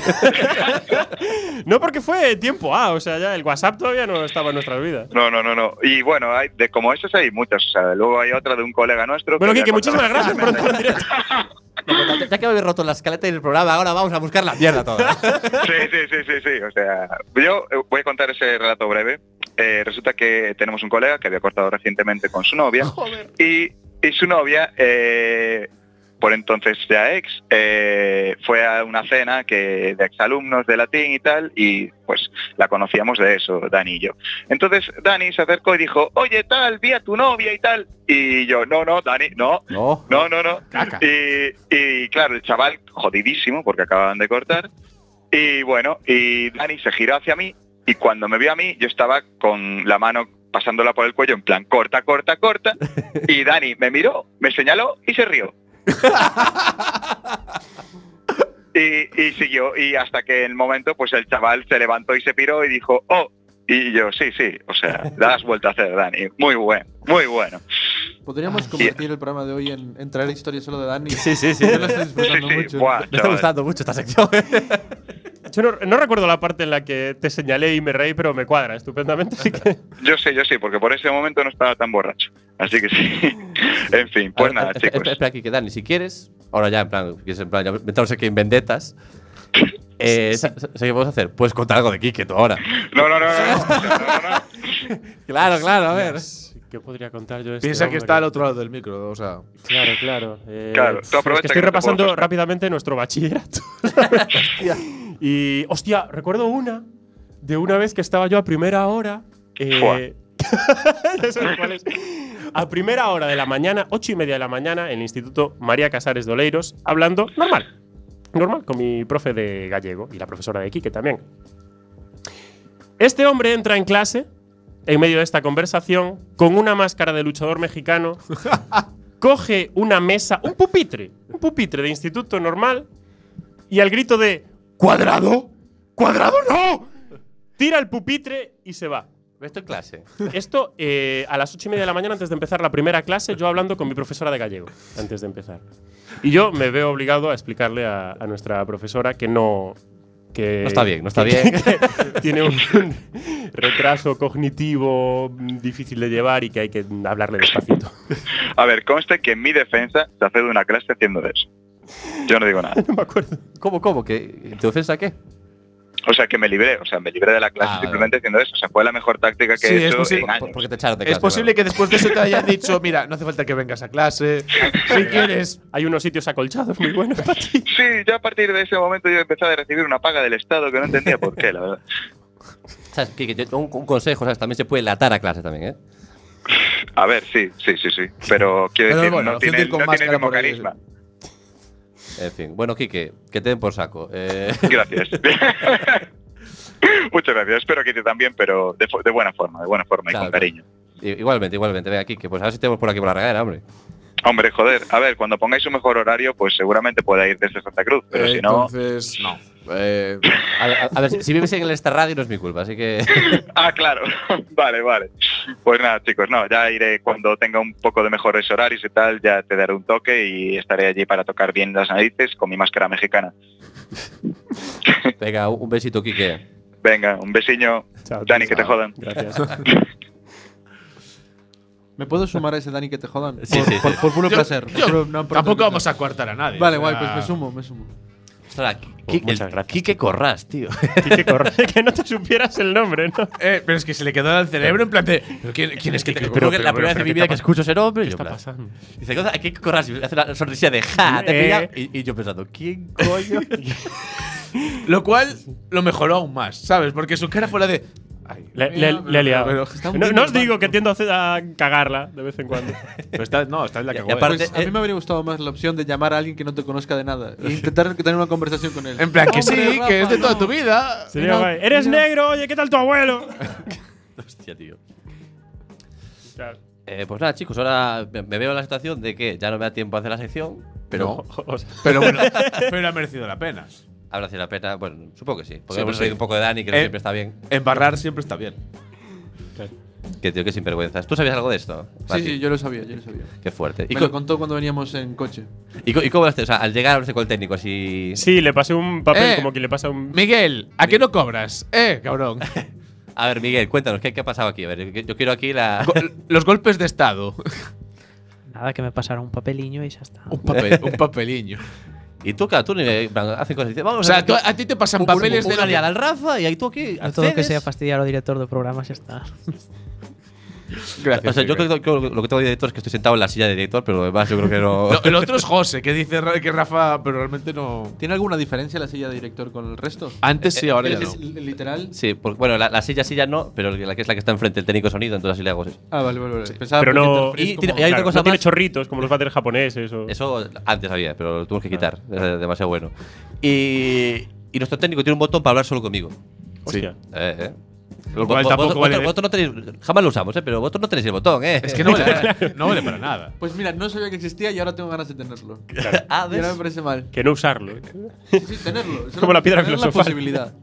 Speaker 4: no, porque fue tiempo A. O sea, ya el WhatsApp todavía no estaba en nuestras vidas.
Speaker 7: No, no, no, no. Y bueno, hay, de como esas hay muchas. O sea, luego hay otra de un colega nuestro.
Speaker 4: Bueno,
Speaker 7: que
Speaker 4: Kike,
Speaker 7: ya
Speaker 4: muchísimas
Speaker 7: contaba-
Speaker 4: gracias por entrar en directo.
Speaker 2: ya que me habéis roto la escaleta del programa, ahora vamos a buscar la mierda toda.
Speaker 7: Sí, sí, sí, sí, sí. O sea, yo eh, voy a contar ese relato breve. Eh, resulta que tenemos un colega que había cortado recientemente con su novia. Y, y su novia, eh, por entonces ya ex, eh, fue a una cena que de exalumnos de latín y tal, y pues la conocíamos de eso, Dani y yo. Entonces Dani se acercó y dijo, oye tal, vi a tu novia y tal. Y yo, no, no, Dani, no,
Speaker 2: No.
Speaker 7: no, no, no.
Speaker 3: Caca.
Speaker 7: Y, y, claro, el chaval jodidísimo porque acababan de cortar. Y bueno, y Dani se giró hacia mí y cuando me vio a mí yo estaba con la mano pasándola por el cuello en plan corta, corta, corta. Y Dani me miró, me señaló y se rió. Y, y siguió, y hasta que en el momento, pues el chaval se levantó y se piró y dijo, oh, y yo, sí, sí, o sea, la has vuelto a hacer, Dani. Muy bueno, muy bueno.
Speaker 5: Podríamos convertir el programa de hoy en, en traer historias solo de Dani.
Speaker 2: Ah, Sí,
Speaker 5: [laughs]
Speaker 2: sí, sí.
Speaker 5: Yo lo estoy
Speaker 7: Sí,
Speaker 5: disfrutando
Speaker 7: sí,
Speaker 5: mucho.
Speaker 7: buah,
Speaker 2: Me está
Speaker 7: chaval.
Speaker 2: gustando mucho esta sección.
Speaker 4: [laughs] Yo no, no recuerdo la parte en la que te señalé y me reí, pero me cuadra estupendamente. Así que.
Speaker 7: Yo sé, yo sé, porque por ese momento no estaba tan borracho. Así
Speaker 3: [laughs]
Speaker 7: que sí. en fin, pues nada,
Speaker 2: espera,
Speaker 7: chicos.
Speaker 2: espera, espera, Kike, Dani, si quieres. Ahora ya, en plan, que es en plan, ya metamos aquí en vendetas. Eh, sa- sa- ¿Qué podemos hacer? Puedes contar algo de Kike tú ahora.
Speaker 7: No, no, no, no. no, no, no.
Speaker 2: [laughs] Claro, claro, a ver.
Speaker 4: ¿Qué podría contar yo de este
Speaker 3: Piensa que
Speaker 4: hombre?
Speaker 3: está al otro lado del micro, o sea.
Speaker 4: Claro, claro. Eh,
Speaker 7: Claro, tú
Speaker 4: es que
Speaker 7: aprovecha que
Speaker 4: estoy
Speaker 7: no te puedo
Speaker 4: repasando
Speaker 7: pasar.
Speaker 4: rápidamente nuestro bachillerato. y, hostia, recuerdo una de una vez que estaba yo a primera hora.
Speaker 7: Fua.
Speaker 4: Eh, [laughs] ya sabes cuál es. A primera hora de la mañana, ocho y media de la mañana, en el Instituto María Casares de Oleiros, hablando normal. Normal, con mi profe de gallego y la profesora de Quique también. Este hombre entra en clase, en medio de esta conversación, con una máscara de luchador mexicano, coge una mesa, un pupitre, un pupitre de instituto normal, y al grito de ¡Cuadrado! ¡Cuadrado no! Tira el pupitre y se va.
Speaker 2: Esto en clase.
Speaker 4: Esto eh, a las ocho y media de la mañana antes de empezar la primera clase, yo hablando con mi profesora de gallego antes de empezar. Y yo me veo obligado a explicarle a, a nuestra profesora que no. Que,
Speaker 2: No está bien, no está
Speaker 4: que-
Speaker 2: bien.
Speaker 4: [laughs] que tiene un, [laughs] un retraso cognitivo mm, difícil de llevar y que hay que hablarle despacito. [laughs]
Speaker 7: A ver, conste que en mi defensa se hace de una clase haciendo de eso. Yo no digo nada.
Speaker 4: No me acuerdo.
Speaker 2: ¿Cómo, cómo? ¿Que ¿Te ofensa qué?
Speaker 7: O sea, que me libré, o sea, me libré de la clase
Speaker 2: Ah, vale.
Speaker 7: simplemente haciendo eso. O sea, fue la mejor táctica que
Speaker 3: Sí,
Speaker 7: he
Speaker 3: es
Speaker 7: hecho
Speaker 3: posible.
Speaker 7: en
Speaker 3: Por-
Speaker 7: años.
Speaker 2: Porque te echaron de clase.
Speaker 3: Es posible que después de eso te hayan dicho, mira, no hace falta que vengas a clase. Si quieres.
Speaker 4: Hay unos sitios acolchados muy buenos para ti.
Speaker 7: Sí, yo a partir de ese momento yo empecé a recibir una paga del Estado que no entendía por qué, la verdad.
Speaker 2: que… ¿Sabes, Kike? Yo- un, un consejo, ¿sabes? También se puede latar a clase también, ¿eh?
Speaker 7: A ver, sí, sí, sí, sí. Pero quiero
Speaker 3: Pero
Speaker 7: decir,
Speaker 3: bueno,
Speaker 7: no
Speaker 3: opción de
Speaker 7: tiene,
Speaker 3: ir con
Speaker 7: no tiene
Speaker 3: máscara
Speaker 7: como
Speaker 3: por ahí.
Speaker 7: carisma.
Speaker 2: En fin. Bueno, Kike, que te den por saco. Eh, [laughs]
Speaker 7: Gracias. Muchas gracias. Espero que te también, pero de, fo- de buena forma, de buena forma y
Speaker 2: Claro.
Speaker 7: con cariño.
Speaker 2: igualmente, igualmente. Venga, Kike, pues a ver si te vemos por aquí por la regadera, hombre.
Speaker 7: Hombre, joder, a ver, cuando pongáis un mejor horario, pues seguramente pueda ir desde Santa Cruz, pero
Speaker 3: Eh,
Speaker 7: si no...
Speaker 3: Entonces, no. Eh,
Speaker 2: A, a- a ver, si, si vives en el Star Radio no es mi culpa, así que. [laughs]
Speaker 7: Ah, claro, [laughs] vale, vale. Pues nada, chicos, no, ya iré cuando tenga un poco de mejores horarios y tal, ya te daré un toque y estaré allí para tocar bien las narices con mi máscara mexicana.
Speaker 2: Venga, un besito, Kike.
Speaker 7: Venga, un besiño.
Speaker 4: Chao,
Speaker 7: Dani,
Speaker 4: tío.
Speaker 7: que te jodan.
Speaker 4: Gracias.
Speaker 5: ¿Me puedo sumar a ese Dani que te jodan?
Speaker 2: Sí,
Speaker 5: por,
Speaker 2: sí, sí.
Speaker 5: por- por puro placer.
Speaker 3: yo-
Speaker 5: Por- no, por-
Speaker 3: tampoco vamos a coartar a nadie.
Speaker 5: Vale,
Speaker 3: o
Speaker 5: guay,
Speaker 3: sea,
Speaker 5: pues me sumo, me sumo.
Speaker 2: Ostras,
Speaker 4: Pues
Speaker 2: Qui-
Speaker 4: muchas
Speaker 2: el-
Speaker 4: gracias,
Speaker 2: Quique Corrás, tío.
Speaker 4: Quique [laughs] Correa, que no te supieras el nombre, ¿no?
Speaker 3: Eh, pero es que se le quedó al cerebro en plan de. ¿pero ¿Quién, quién es que te.?
Speaker 2: Creo que es la primera vez en mi vida que escucho ese nombre. y yo,
Speaker 4: está
Speaker 2: en plan,
Speaker 4: pasando?
Speaker 2: Dice, ¿qué onda? ¿Qué corras? Y Hace una sonrisa de ja, te he
Speaker 4: Eh.
Speaker 2: pillado. Y, y yo pensando, ¿quién coño?
Speaker 3: Lo cual lo mejoró aún más, ¿sabes? Porque su cara fue la de. Ay,
Speaker 4: Le,
Speaker 3: mira,
Speaker 4: le-
Speaker 3: pero-
Speaker 4: le he liado.
Speaker 3: pero está muy
Speaker 4: no,
Speaker 3: bien
Speaker 4: no os
Speaker 3: el
Speaker 4: digo
Speaker 3: banco.
Speaker 4: que tiendo a hacer- a cagarla de vez
Speaker 3: [laughs]
Speaker 4: en cuando.
Speaker 3: Pero está- no, está en la
Speaker 2: Y- y
Speaker 3: que
Speaker 2: aparte-
Speaker 5: Pues a mí me habría gustado más la opción de llamar a alguien que no te conozca de nada e intentar tener una conversación con él.
Speaker 3: En plan, que
Speaker 5: Hombre,
Speaker 3: sí,
Speaker 5: Rafa,
Speaker 3: que es de toda
Speaker 5: no.
Speaker 3: tu vida.
Speaker 4: Sería guay. [laughs] ¡Eres negro! Oye, ¿qué tal
Speaker 3: [laughs]
Speaker 4: tu abuelo?
Speaker 2: Hostia, tío.
Speaker 4: Claro.
Speaker 2: Eh, pues nada, chicos, ahora me- me veo en la situación de que ya no me da tiempo a hacer la sección, pero
Speaker 4: O sea,
Speaker 3: Pero bueno, pero ha merecido la pena.
Speaker 2: habrá sido la pena. Bueno, supongo que sí. Porque
Speaker 3: Sí,
Speaker 2: hemos
Speaker 3: sí.
Speaker 2: reído un poco de Dani, que no
Speaker 3: Eh.
Speaker 2: siempre está bien.
Speaker 3: Embarrar siempre está bien.
Speaker 2: Que tío, qué sinvergüenzas. ¿Tú sabías algo de esto?
Speaker 5: Sí,
Speaker 2: Mati?
Speaker 5: sí, yo lo sabía, yo lo sabía.
Speaker 2: Qué fuerte. ¿Y,
Speaker 5: Me
Speaker 2: co-
Speaker 5: lo contó cuando veníamos en coche.
Speaker 2: y co- y cómo este? O sea, al llegar hablaste con el técnico así.
Speaker 4: sí, le pasé un papel
Speaker 3: Eh.
Speaker 4: como que le pasa un.
Speaker 3: Miguel, ¿a qué no cobras? Eh, cabrón.
Speaker 2: A ver, Miguel, cuéntanos, ¿qué, qué ha pasado aquí? A ver, yo- yo quiero aquí la.
Speaker 3: Go- Los golpes de estado.
Speaker 6: Nada, que me pasara un papeliño y ya está.
Speaker 3: Un, papel, un papeliño.
Speaker 2: Y tú, claro, tú ni me- en plan, hacen cosas. Dice, vamos
Speaker 3: O sea,
Speaker 2: a
Speaker 3: tú- a ti te pasan papeles de
Speaker 2: la
Speaker 3: lo que-
Speaker 2: al Rafa y ahí tú aquí.
Speaker 6: No todo que
Speaker 2: accedes.
Speaker 6: sea fastidiar al director de programas, ya está.
Speaker 3: Gracias.
Speaker 2: O sea, yo
Speaker 3: Miguel.
Speaker 2: creo que lo que tengo de director es que estoy sentado en la silla de director, pero lo demás yo creo que no.
Speaker 3: [laughs] No, el otro es José, que dice Ra- que Rafa, pero realmente no.
Speaker 5: ¿Tiene alguna diferencia la silla de director con el resto?
Speaker 2: Ah,
Speaker 3: Antes sí,
Speaker 2: Eh,
Speaker 3: ahora ya
Speaker 5: ¿Es
Speaker 3: no.
Speaker 5: es li- literal?
Speaker 2: Sí, porque, bueno, la, la silla sí ya no, pero la que es la que está enfrente del técnico de sonido, entonces así le hago eso.
Speaker 5: Ah, vale, vale, vale. Pensaba
Speaker 4: Pero
Speaker 5: porque te
Speaker 4: no.
Speaker 5: referís
Speaker 2: y
Speaker 5: como-
Speaker 2: tiene- y hay otra
Speaker 4: claro,
Speaker 2: cosa
Speaker 4: no tiene
Speaker 2: más.
Speaker 4: chorritos como los batters japoneses. o-
Speaker 2: Eso antes había, pero lo tuvimos que quitar, es demasiado bueno. Y, y nuestro técnico tiene un botón para hablar solo conmigo.
Speaker 4: Hostia.
Speaker 2: Eh, eh.
Speaker 3: Lo cual
Speaker 2: Vo- vo-
Speaker 3: tampoco
Speaker 2: vosotros-
Speaker 3: vale.
Speaker 2: vosotros no tenéis, jamás lo usamos, eh, pero vosotros no tenéis el botón, ¿eh?
Speaker 3: Es
Speaker 2: [laughs]
Speaker 3: que no vale, no vale para nada.
Speaker 5: Pues mira, no sabía que existía y ahora tengo ganas de tenerlo.
Speaker 2: [laughs] Ah,
Speaker 5: Y ahora me
Speaker 2: ¿ves?
Speaker 5: parece mal.
Speaker 4: Que no usarlo. ¿eh?
Speaker 5: Sí, sí,
Speaker 4: [laughs]
Speaker 5: tenerlo.
Speaker 4: Como la piedra
Speaker 5: tener
Speaker 4: filosofal.
Speaker 5: la posibilidad.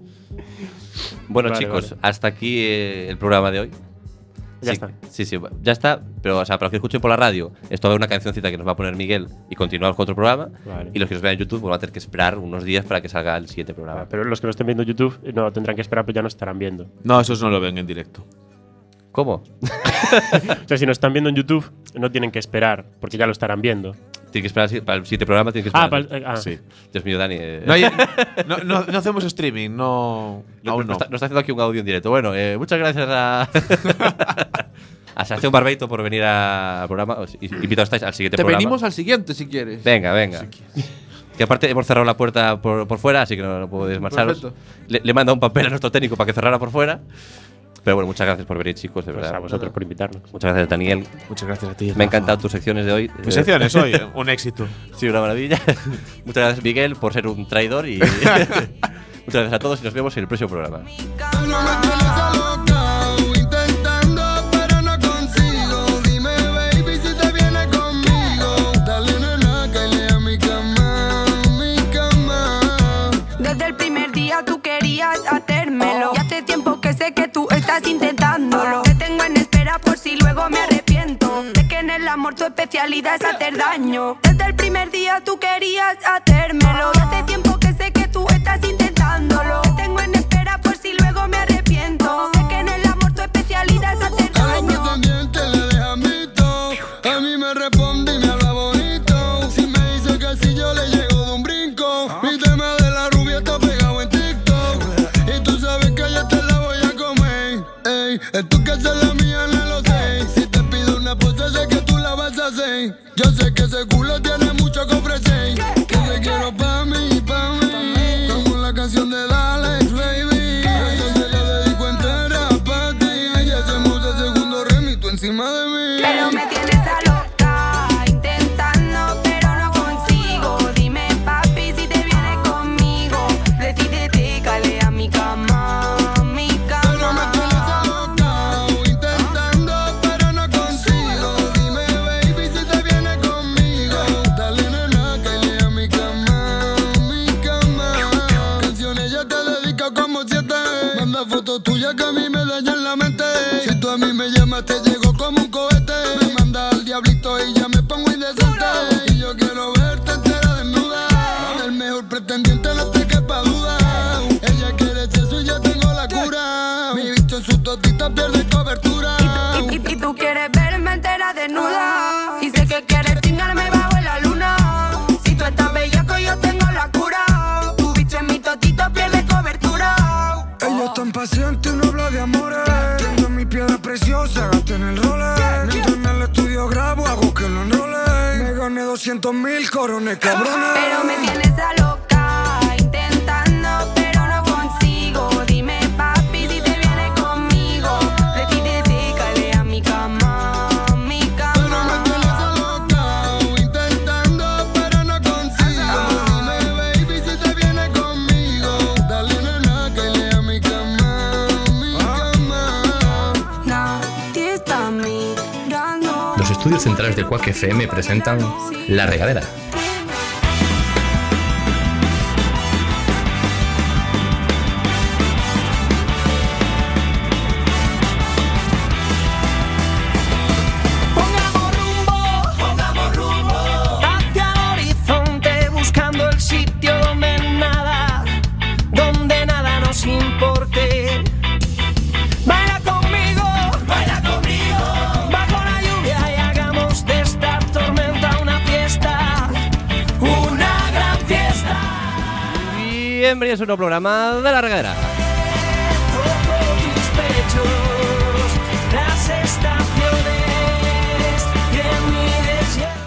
Speaker 2: Bueno,
Speaker 4: Vale,
Speaker 2: chicos,
Speaker 4: vale.
Speaker 2: hasta aquí eh, el programa de hoy.
Speaker 4: Ya
Speaker 2: sí,
Speaker 4: está.
Speaker 2: Sí, sí, ya está. Pero, o sea, para los que escuchen por la radio, esto va a haber una cancioncita que nos va a poner Miguel y continuamos con otro programa.
Speaker 4: Vale.
Speaker 2: Y los que nos vean en YouTube, pues, van a tener que esperar unos días para que salga el siguiente programa.
Speaker 4: Ah, Pero los que lo estén viendo en YouTube eh, no tendrán que esperar, pues ya no estarán viendo.
Speaker 3: No, esos no lo ven en directo.
Speaker 2: ¿Cómo? [laughs]
Speaker 4: O sea, si nos están viendo en YouTube, no tienen que esperar, porque ya lo estarán viendo.
Speaker 2: Tienen que esperar si- para el siguiente programa. Tienen que esperar.
Speaker 4: Ah, pal- eh, ah.
Speaker 3: Sí.
Speaker 2: Dios mío, Dani. eh,
Speaker 3: [laughs] No, hay- no, no- no hacemos streaming, no.
Speaker 2: no-
Speaker 3: aún
Speaker 2: no
Speaker 3: no.
Speaker 2: está, no está haciendo aquí un audio en directo. Bueno, eh, muchas gracias a. [laughs] Ah, a Sebastián Barbeito por venir a- al programa. Os i- Invitados estáis al siguiente
Speaker 5: Te
Speaker 2: programa.
Speaker 5: venimos al siguiente si quieres.
Speaker 2: Venga, venga. Que aparte hemos cerrado la puerta por, por fuera, así que no, no podéis marcharos.
Speaker 5: Perfecto.
Speaker 2: Le, le manda un papel a nuestro técnico para que cerrara por fuera. Pero bueno, muchas gracias por venir, chicos, de
Speaker 4: Pues
Speaker 2: verdad.
Speaker 4: a vosotros por invitarnos.
Speaker 2: Muchas gracias, Daniel.
Speaker 3: Muchas gracias a ti.
Speaker 2: Me
Speaker 3: Rafa.
Speaker 2: han encantado tus secciones de hoy. Eh,
Speaker 3: Mis secciones [laughs] hoy, eh, un éxito.
Speaker 2: Sí, una maravilla. [laughs] muchas gracias, Miguel, por ser un traidor. Y muchas gracias a todos y nos vemos en el próximo programa.
Speaker 8: No me tienes loca, intentando, pero no consigo. Dime, baby, si te vienes conmigo. Dale una calle a mi cama, mi cama.
Speaker 9: Desde el primer día tú querías hacérmelo. Y hace tiempo que sé que tú estás intentándolo. Te tengo en espera por si luego me arrepiento. Sé que en el amor tu especialidad es hacer daño. Desde el primer día tú querías hacérmelo. Y hace tiempo que sé que tú estás intentándolo. Te tengo en espera por si luego me arrepiento. Sé que en el amor tu especialidad es hacer
Speaker 8: A los
Speaker 9: daño.
Speaker 8: pretendientes le dejan visto. A mí me responde y me habla bonito. Si me dice que si yo le llego de un brinco. Mi tema de la rubia está pegado en TikTok. Y tú sabes que yo te la voy a comer. Ey, es tu casa la mía, no lo sé. Si te pido una pose, sé que tú la vas a hacer. Yo sé que ese culo tiene mucho que ofrecer. Que te quiero pa' mí. 200 mil corones, cabrones.
Speaker 9: Pero me tienes a loca, intentando, pero no consigo. Dime, papi, si te viene conmigo. Decídete, cale a mi cama, mi cama.
Speaker 8: Intentando, pero no
Speaker 9: Ah,
Speaker 8: consigo. Dime, baby, si te viene conmigo. Dale, nena, caile a mi cama, mi cama.
Speaker 9: Ah. Nadie está mirando.
Speaker 10: Los estudios centrales de Quack FM presentan La Regadera.
Speaker 1: Pongamos rumbo, pongamos rumbo hacia el horizonte buscando el sitio donde nada, donde nada nos importe. Baila conmigo, baila conmigo bajo la lluvia y hagamos de esta tormenta una fiesta, una gran fiesta.
Speaker 2: Bienvenidos a un nuevo programa de la regadera.
Speaker 1: Toco tus pechos, las estaciones y en mi desierto.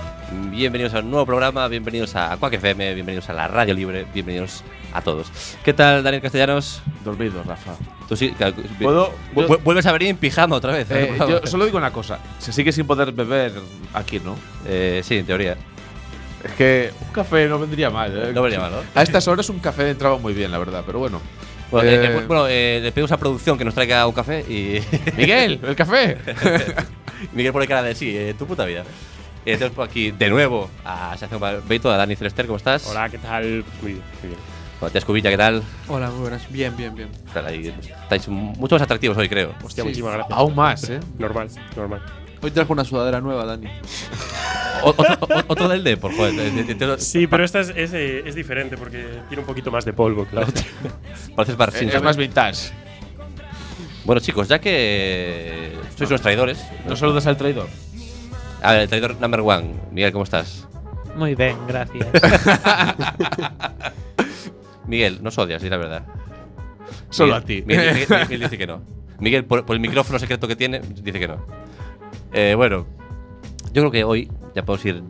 Speaker 2: Bienvenidos a un nuevo programa, bienvenidos a Quack FM, bienvenidos a la Radio Libre, bienvenidos a todos. ¿Qué tal, Daniel Castellanos?
Speaker 3: Dormido, Rafa.
Speaker 2: Tú sí, claro,
Speaker 3: ¿Puedo?
Speaker 2: vu- vu- vuelves a venir en pijama otra vez.
Speaker 3: Eh,
Speaker 2: ¿eh?
Speaker 3: yo solo digo una cosa. Se sigue sin poder beber aquí, ¿no?
Speaker 2: Eh, sí, en teoría.
Speaker 3: Es que un café no vendría mal. ¿eh?
Speaker 2: No vendría mal, ¿no?
Speaker 3: A estas horas un café entraba muy bien, la verdad, pero bueno.
Speaker 2: Bueno,
Speaker 3: Eh,
Speaker 2: eh, eh, bueno, eh, le pedimos a producción que nos traiga un café y. [laughs]
Speaker 3: Miguel, el café.
Speaker 2: Miguel pone cara de sí, eh, tu puta vida. Eh, tenemos por aquí de nuevo a Sanción Beito, a Dani Celester, ¿cómo estás?
Speaker 4: Hola, ¿qué tal? Muy bien, muy bien.
Speaker 2: Matías Cubilla, ¿qué tal?
Speaker 5: Hola, muy buenas. Bien, bien, bien.
Speaker 2: ¿Qué tal ahí? Estáis mucho más atractivos hoy, creo.
Speaker 4: Hostia,
Speaker 5: Sí.
Speaker 4: muchísimas gracias.
Speaker 3: Aún más, ¿eh?
Speaker 4: Normal, normal.
Speaker 5: Hoy trajo una sudadera nueva, Dani.
Speaker 2: O- otro, o- otro del de, por joder. te- te- te-
Speaker 4: Sí, pero esta es, es, eh, es diferente porque tiene un poquito más de polvo que la otra.
Speaker 2: Pareces Bart
Speaker 3: Eh,
Speaker 2: Simpson.
Speaker 3: es más vintage.
Speaker 2: Bueno, chicos, ya que sois unos traidores.
Speaker 3: No saludas al traidor.
Speaker 2: A ver, el traidor number one. Miguel, ¿cómo estás?
Speaker 6: Muy bien, gracias.
Speaker 2: Miguel, nos odias, di la verdad.
Speaker 3: Solo
Speaker 2: Miguel-
Speaker 3: a ti.
Speaker 2: Miguel, Miguel- Miguel dice que no. Miguel, por, por el micrófono secreto que tiene, dice que no. Eh, bueno, yo creo que hoy ya podemos ir.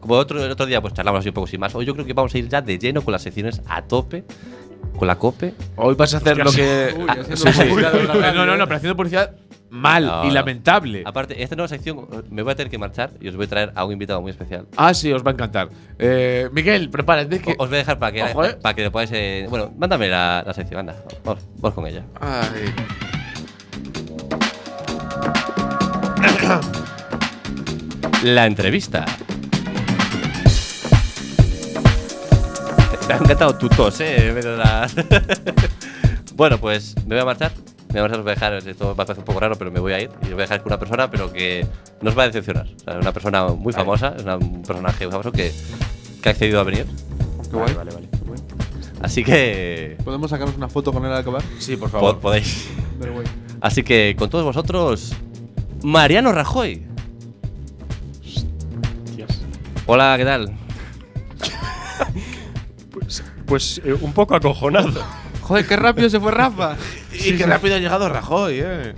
Speaker 2: Como otro, el otro día, pues charlamos así un poco sin más. Hoy yo creo que vamos a ir ya de lleno con las secciones a tope, con la cope.
Speaker 3: [laughs] Hoy vas a hacer lo que.
Speaker 5: Uy,
Speaker 3: Ah,
Speaker 5: haciendo
Speaker 3: sí, [laughs] sí.
Speaker 5: publicidad de la radio,
Speaker 3: No, no, no,
Speaker 5: eh.
Speaker 3: pero haciendo publicidad mal
Speaker 2: No,
Speaker 3: y
Speaker 2: no.
Speaker 3: lamentable.
Speaker 2: Aparte, esta nueva sección eh, me voy a tener que marchar y os voy a traer a un invitado muy especial.
Speaker 3: Ah, sí, os va a encantar. Eh, Miguel, prepárate que.
Speaker 2: O- Os
Speaker 3: [laughs]
Speaker 2: voy a dejar para que,
Speaker 3: Ojo, eh.
Speaker 2: para que lo podáis. eh, bueno, mándame la, la sección, anda. Vamos, vamos con ella.
Speaker 5: Ay.
Speaker 2: La entrevista. Me ha encantado tu tos, eh. en vez de la- [laughs] bueno, pues me voy a marchar. Me voy a marchar, os voy a dejar. Esto va a parecer un poco raro, pero me voy a ir. Y os voy a dejar con una persona, pero que nos va a decepcionar. O sea, una persona muy famosa, es una- un personaje muy famoso que, que ha accedido a venir.
Speaker 5: Qué guay.
Speaker 2: Así que.
Speaker 5: ¿Podemos sacarnos una foto con él al acabar?
Speaker 3: Sí, por
Speaker 2: po-
Speaker 3: favor.
Speaker 2: podéis.
Speaker 5: Pero guay.
Speaker 2: Así que con todos vosotros, Mariano Rajoy. Hola, ¿qué tal?
Speaker 4: [laughs] Pues eh, un poco acojonado.
Speaker 5: Joder, qué rápido se
Speaker 3: [laughs]
Speaker 5: fue Rafa.
Speaker 3: y qué rápido ha llegado Rajoy, eh.